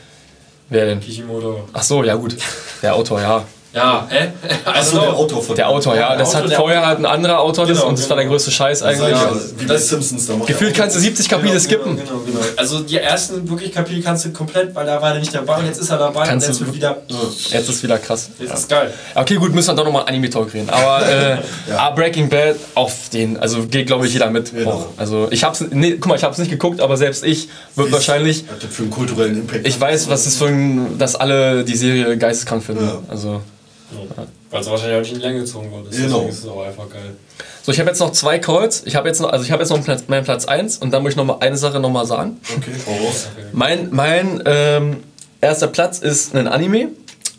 Wer denn?
Kishimoto.
Ach so, ja gut. Der Autor, ja.
Ja, hä?
Achso,
Also,
der Autor von.
Der Autor, ja.
der
Das
Autor,
hat
der-
vorher halt ein anderer Autor das
Genau,
und das war der
genau.
größte Scheiß
Sag
eigentlich.
ich
Ja,
ja, wie bei Simpsons, da macht er
Gefühlt
auch-
kannst du 70 Kapitel skippen.
Genau, genau, genau. Also, die ersten wirklich Kapitel kannst du komplett, weil da war er nicht dabei. und Jetzt ist er dabei
Kannst
und jetzt
du-
wird wieder.
Jetzt ist wieder krass.
Jetzt
Ja.
ist geil.
Okay, gut, müssen wir doch nochmal Anime-Talk reden. Aber äh, ah, Breaking Bad, auf den, also geht glaube ich jeder mit.
Genau.
Boah, Also ich hab's, nee, guck mal, ich hab's nicht geguckt, aber selbst ich wird
Siehst,
wahrscheinlich,
Hat das für einen kulturellen Impact.
ich weiß, was das für ein, dass alle die Serie geisteskrank finden.
Ja.
Also
Weil es wahrscheinlich auch nicht in die Länge gezogen wurde. Deswegen
Genau.
ist es auch einfach geil.
So, ich habe jetzt noch zwei Calls. Ich habe jetzt noch, also ich habe jetzt noch einen Platz, meinen Platz 1 und dann muss ich noch mal eine Sache noch mal sagen.
Okay, hau raus.
Mein, mein ähm, erster Platz ist ein Anime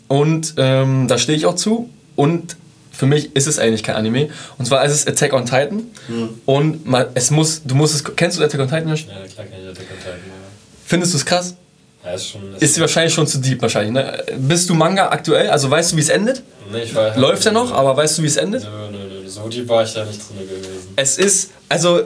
und ähm, da stehe ich auch zu. Und für mich ist es eigentlich kein Anime. Und zwar ist es Attack on Titan. Und mal, es muss, du musst es, kennst du Attack on Titan? Josh?
Ja, klar kann ich das kontakten.
Findest du es krass?
ne? Ja, ist schon.
Ist wahrscheinlich schon zu deep wahrscheinlich. Ne? Bist du Manga aktuell? Also weißt du, wie es endet?
nee, ich war, halt
Läuft ja noch, aber weißt du, wie es endet?
Nö, nö, nö. So die war ich da nicht drin gewesen.
Es ist, also.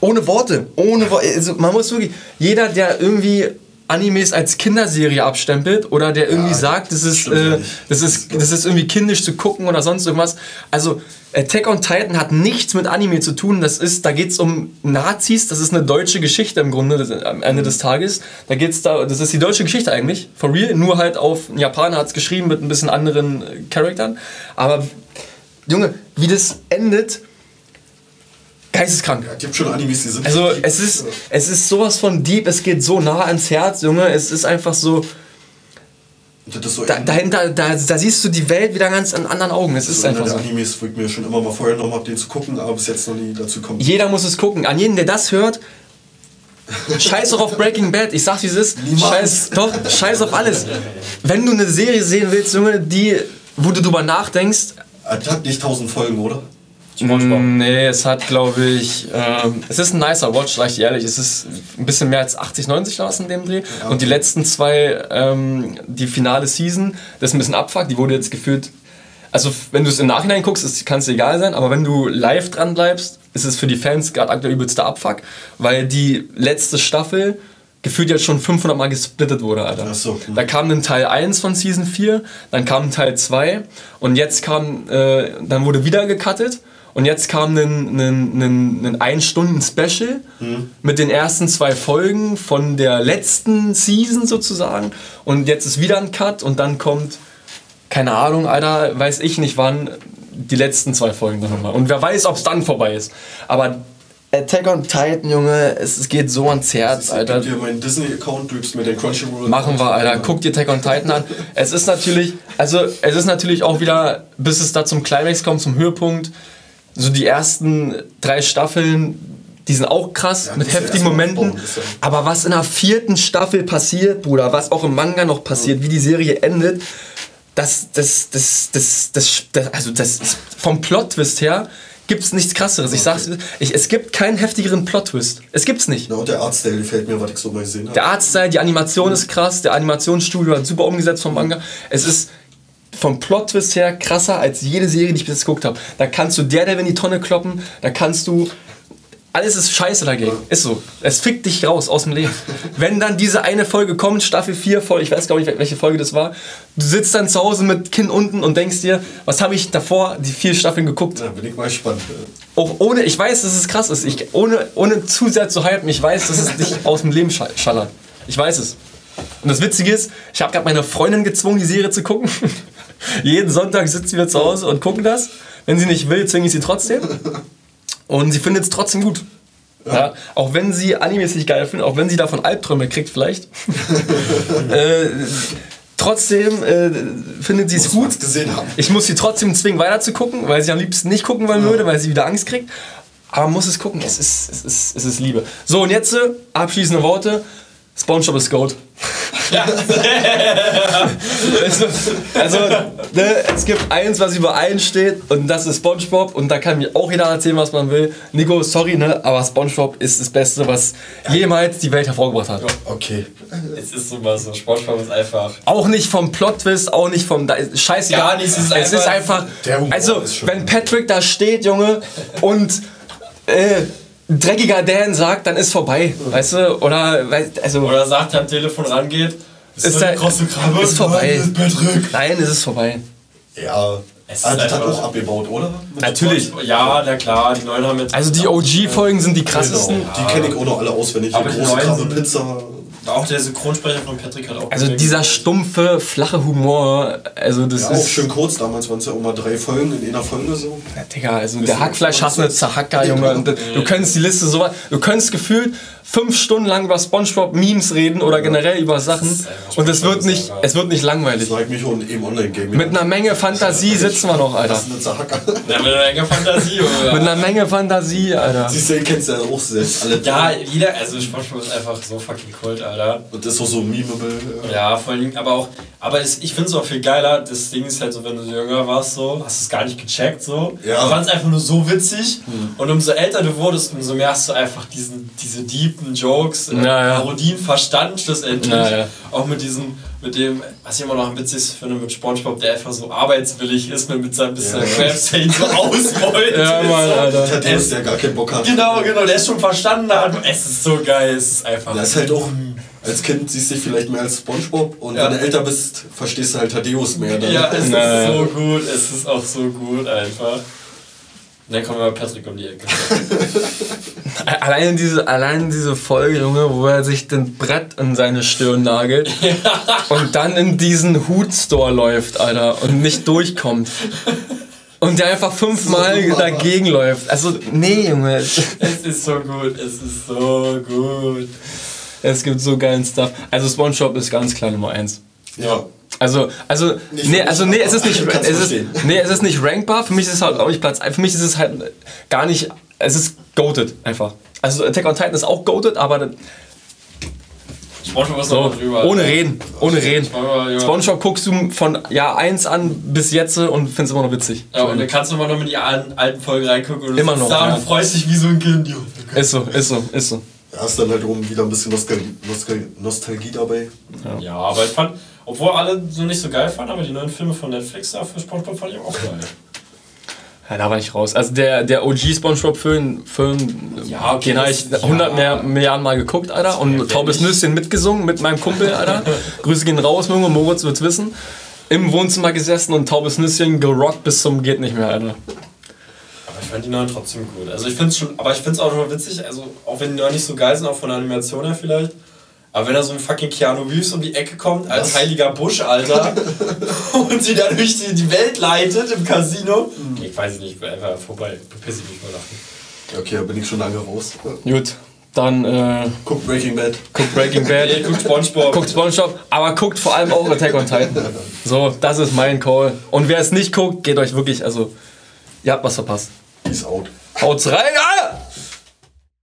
Ohne Worte. Ohne Worte. Also man muss wirklich. Jeder, der irgendwie Animes als Kinderserie abstempelt oder der irgendwie sagt, das ist,
stimmt
äh,
ja nicht.
das, ist, das ist irgendwie kindisch zu gucken oder sonst irgendwas. Also, Attack on Titan hat nichts mit Anime zu tun. Das ist, da geht es um Nazis. Das ist eine deutsche Geschichte im Grunde das, am Ende
Mhm.
des Tages. Da geht's da, das ist die deutsche Geschichte eigentlich. For real. Nur halt auf ein Japaner hat es geschrieben mit ein bisschen anderen äh, Charaktern. Aber Junge, wie das endet, geisteskrank.
Gibt schon Animes, die sind.
Also
die-
es ist, es ist sowas von deep, es geht so nah ans Herz, Junge. Es ist einfach so,
Das ist so
da, dahinter, da, da siehst du die Welt wieder ganz in anderen Augen. Es
Das
ist
ist einer
einfach
der
so.
Animes, wo ich mir schon immer mal vorher noch hab, den zu gucken, aber bis jetzt noch nie dazu kommt.
Jeder muss es gucken. An jeden, der das hört, scheiß doch auf Breaking Bad. Ich sag's, wie es ist. Scheiß, doch, scheiß auf alles. Wenn du eine Serie sehen willst, Junge, die, wo du drüber nachdenkst,
Ah, Das hat nicht 1000 Folgen, oder?
SpongeBob. Mm, Nee, es hat, glaube ich, ähm, es ist ein nicer Watch, sag ich dir ehrlich. Es ist ein bisschen mehr als 80, 90 Lass in dem Dreh. Und die letzten zwei, ähm, die finale Season, das ist ein bisschen abfuckt. Die wurde jetzt gefühlt. Also, f- wenn du es im Nachhinein guckst, kann es dir egal sein, aber wenn du live dran bleibst, ist es für die Fans gerade aktuell übelster Abfuck, weil die letzte Staffel gefühlt jetzt schon 500 Mal gesplittet wurde, Alter.
Ach so, hm.
Da kam dann Teil 1 von Season 4, dann kam Teil 2 und jetzt kam, äh, dann wurde wieder gecuttet und jetzt kam ein, ein, ein, ein 1-Stunden-Special
Hm.
mit den ersten zwei Folgen von der letzten Season sozusagen und jetzt ist wieder ein Cut und dann kommt keine Ahnung, Alter, weiß ich nicht, wann die letzten zwei Folgen dann nochmal. Und wer weiß, ob es dann vorbei ist. Aber Attack on Titan, Junge, es, es geht so ans Herz,
Ich
Alter.
geb dir meinen Disney-Account, du gibst mir den Crunchyroll.
Machen wir, Alter. Guck dir Attack on Titan an. Es ist natürlich, also es ist natürlich auch wieder, bis es da zum Climax kommt, zum Höhepunkt, so die ersten drei Staffeln, die sind auch krass,
Ja,
mit
das ist
heftigen
ja erstmal
Momenten.
aufbauen, das ist ja-
Aber was in der vierten Staffel passiert, Bruder, was auch im Manga noch passiert, wie die Serie endet, das, das, das, das, das, das also das ist vom Plot-Twist her gibt's nichts krasseres. Ich sag's, ich, es gibt keinen heftigeren Plot-Twist. Es gibt's nicht.
Ja, und der Arzt, der gefällt mir, was ich so mal gesehen habe.
Der Artstyle, die Animation ist krass, der Animationsstudio hat super umgesetzt vom Manga. Es ist vom Plot-Twist her krasser als jede Serie, die ich bis jetzt geguckt habe. Da kannst du der, der in die Tonne kloppen, da kannst du. Alles ist scheiße dagegen. Ist so. Es fickt dich raus aus dem Leben. Wenn dann diese eine Folge kommt, Staffel 4, Folge, ich weiß gar nicht, welche Folge das war, du sitzt dann zu Hause mit Kinn unten und denkst dir, was habe ich davor die vier Staffeln geguckt?
Da bin ich mal gespannt. äh,
Auch ohne, ich weiß, dass es krass ist. Ich, ohne, ohne zu sehr zu hypen, ich weiß, dass es dich aus dem Leben schall- schallert. Ich weiß es. Und das Witzige ist, ich habe gerade meine Freundin gezwungen, die Serie zu gucken. Jeden Sonntag sitzen wir zu Hause und gucken das. Wenn sie nicht will, zwinge ich sie trotzdem. Und sie findet es trotzdem gut. Ja. auch wenn sie Animes nicht geil findet, auch wenn sie davon Albträume kriegt vielleicht. äh, trotzdem äh, findet sie es
Muss
gut.
man's gesehen haben.
Ich muss sie trotzdem zwingen, weiter zu gucken, weil sie am liebsten nicht gucken wollen würde, weil sie wieder Angst kriegt. Aber man muss es gucken. Es ist, es ist, es ist Liebe. So, und jetzt äh, abschließende Worte. SpongeBob ist Gold. also, also ne, es gibt eins, was über allen steht und das ist SpongeBob und da kann mir auch jeder erzählen, was man will. Nico, sorry, ne, aber SpongeBob ist das Beste, was jemals die Welt hervorgebracht hat.
Okay.
Es ist nun mal so. Sportschwamm ist einfach.
Auch nicht vom Plot-Twist, auch nicht vom. Da ist, scheißegal.
Gar nichts,
Es ist einfach.
Der Humor
also,
ist schon-
wenn Patrick da steht, Junge, und. Äh, dreckiger Dan sagt, dann ist vorbei. Weißt du? Oder. wei- Also,
Oder sagt, am Telefon rangeht.
ist, da,
Große Krabbe.
ist vorbei.
Nein, Patrick.
Nein, es ist vorbei.
Ja.
Es ist
Ah, das hat
einfach-
auch abgebaut, oder? Mit
Natürlich.
Ja, na klar, die Neuen haben jetzt.
Also, die OG-Folgen sind die krassesten.
Genau. Die kenne ich auch noch alle auswendig.
Aber die
große
neuen
Krabbe
sind-
Pizza.
Auch der Synchronsprecher von Patrick hat auch.
Also
gesagt,
dieser stumpfe, flache Humor, also das
Ja, auch
ist...
schön kurz, damals waren es ja auch mal drei Folgen in einer Folge so.
Ja, Digga, also der Hackfleisch hast eine Zahacker, Junge. Und du könntest die Liste so weit... Du könntest gefühlt fünf Stunden lang über Spongebob-Memes reden oder generell über Sachen. Und es wird nicht, es wird nicht langweilig.
Das neigt Also halt mich und eben Online-Gaming.
Mit einer Menge Fantasie sitzen wir noch, Alter.
Das ist eine Zahacker.
Ja, mit einer Menge Fantasie,
Mit
oder?
einer Menge Fantasie, Alter.
Siehst du, ihr kennt ja auch selbst alle.
Ja, jeder, also Sportschwamm ist einfach so fucking kult, Alter.
Und das ist auch so memeable.
Ja, vor allem, aber auch, aber es, ich finde es auch viel geiler. Das Ding ist halt so, wenn du jünger warst, so, hast es gar nicht gecheckt, so.
Ja.
Du fandst einfach nur so witzig.
Hm.
Und umso älter du wurdest, umso mehr hast du einfach diesen, diese deepen Jokes, äh,
Ja, ja.
Parodien verstanden schlussendlich.
Ja, ja.
Auch mit diesem, mit dem, was ich immer noch am witzigsten finde, mit Spongebob, der einfach so arbeitswillig ist, ne, mit, mit seinem bisschen ja. so ausbeutet.
Ja, Mann,
so.
Alter.
Der, der, der gar keinen Bock hat.
Genau, genau, der ist schon verstanden. hat. Es ist so geil, es ist einfach.
Das ist halt auch, als Kind siehst du dich vielleicht mehr als Spongebob und
Ja.
wenn du älter bist, verstehst du halt Thaddeus mehr. Dann.
Ja, es
Naja.
ist so gut, es ist auch so gut einfach. Und dann kommen wir bei Patrick um die Ecke.
Allein diese, allein diese Folge, Junge, wo er sich den Brett in seine Stirn nagelt und dann in diesen Hutstore läuft, Alter, und nicht durchkommt. Und der einfach fünfmal dagegen läuft. Also, nee, Junge.
Es ist so gut, es ist so gut.
Es gibt so geilen Stuff. Also, Spongebob ist ganz klar Nummer eins.
ja.
Also, also,
Nicht
nee,
wirklich,
also, nee,
aber
es ist nicht,
kannst
es ist,
verstehen.
nee, es ist nicht rankbar. Für mich ist es halt auch nicht Platz, für mich ist es halt gar nicht, es ist goated einfach. Also, Attack on Titan ist auch goated, aber
Spongebob ist
So,
noch mal drüber.
ohne reden, ohne reden.
Spongebob, ja.
Spongebob guckst du von Jahr 1 an bis jetzt und findest immer noch witzig.
Ja, und dann kannst du immer noch in die an- alten Folgen reingucken und du
Immer
sitzt
noch,
da
Oh, ja.
und freust dich wie so ein Kind. Jo,
Ist so, ist so, ist so.
Da ist dann halt oben wieder ein bisschen Nostalgie, Nostalgie, Nostalgie dabei.
Ja, aber ich fand, obwohl alle so nicht so geil fanden, aber die neuen Filme von Netflix da für Spongebob fand ich auch geil.
Ja, da war ich raus. Also der, der OG Spongebob-Film, Film,
Ja, okay,
den habe
das-
ich 100 mehr, Milliarden Mal geguckt, Alter. Und
wäre
Taubes
nicht-
Nüsschen mitgesungen mit meinem Kumpel, Alter. Grüße gehen raus, Junge, Moritz wird's wissen. Im Wohnzimmer gesessen und Taubes Nüsschen gerockt bis zum geht nicht mehr, Alter.
Aber ich fand die neuen trotzdem gut. Also ich find's schon, aber ich find's auch schon mal witzig, also auch wenn die neuen nicht so geil sind, auch von der Animation her vielleicht.
Aber wenn da so ein fucking Keanu Reeves um die Ecke kommt, als heiliger Busch, Alter, und sie dann durch die, die Welt leitet im Casino. Ich weiß es nicht, einfach vorbei, bepiss ich mich mal nach.
Okay, da bin ich schon lange raus.
Gut, dann äh,
Guck Breaking Bad.
guckt Breaking Bad,
Ihr guckt Spongebob.
guckt Spongebob, aber guckt vor allem auch Attack on Titan. So, das ist mein Call. Und wer es nicht guckt, geht euch wirklich, also, ihr habt was verpasst.
Peace out.
Haut's rein, alle!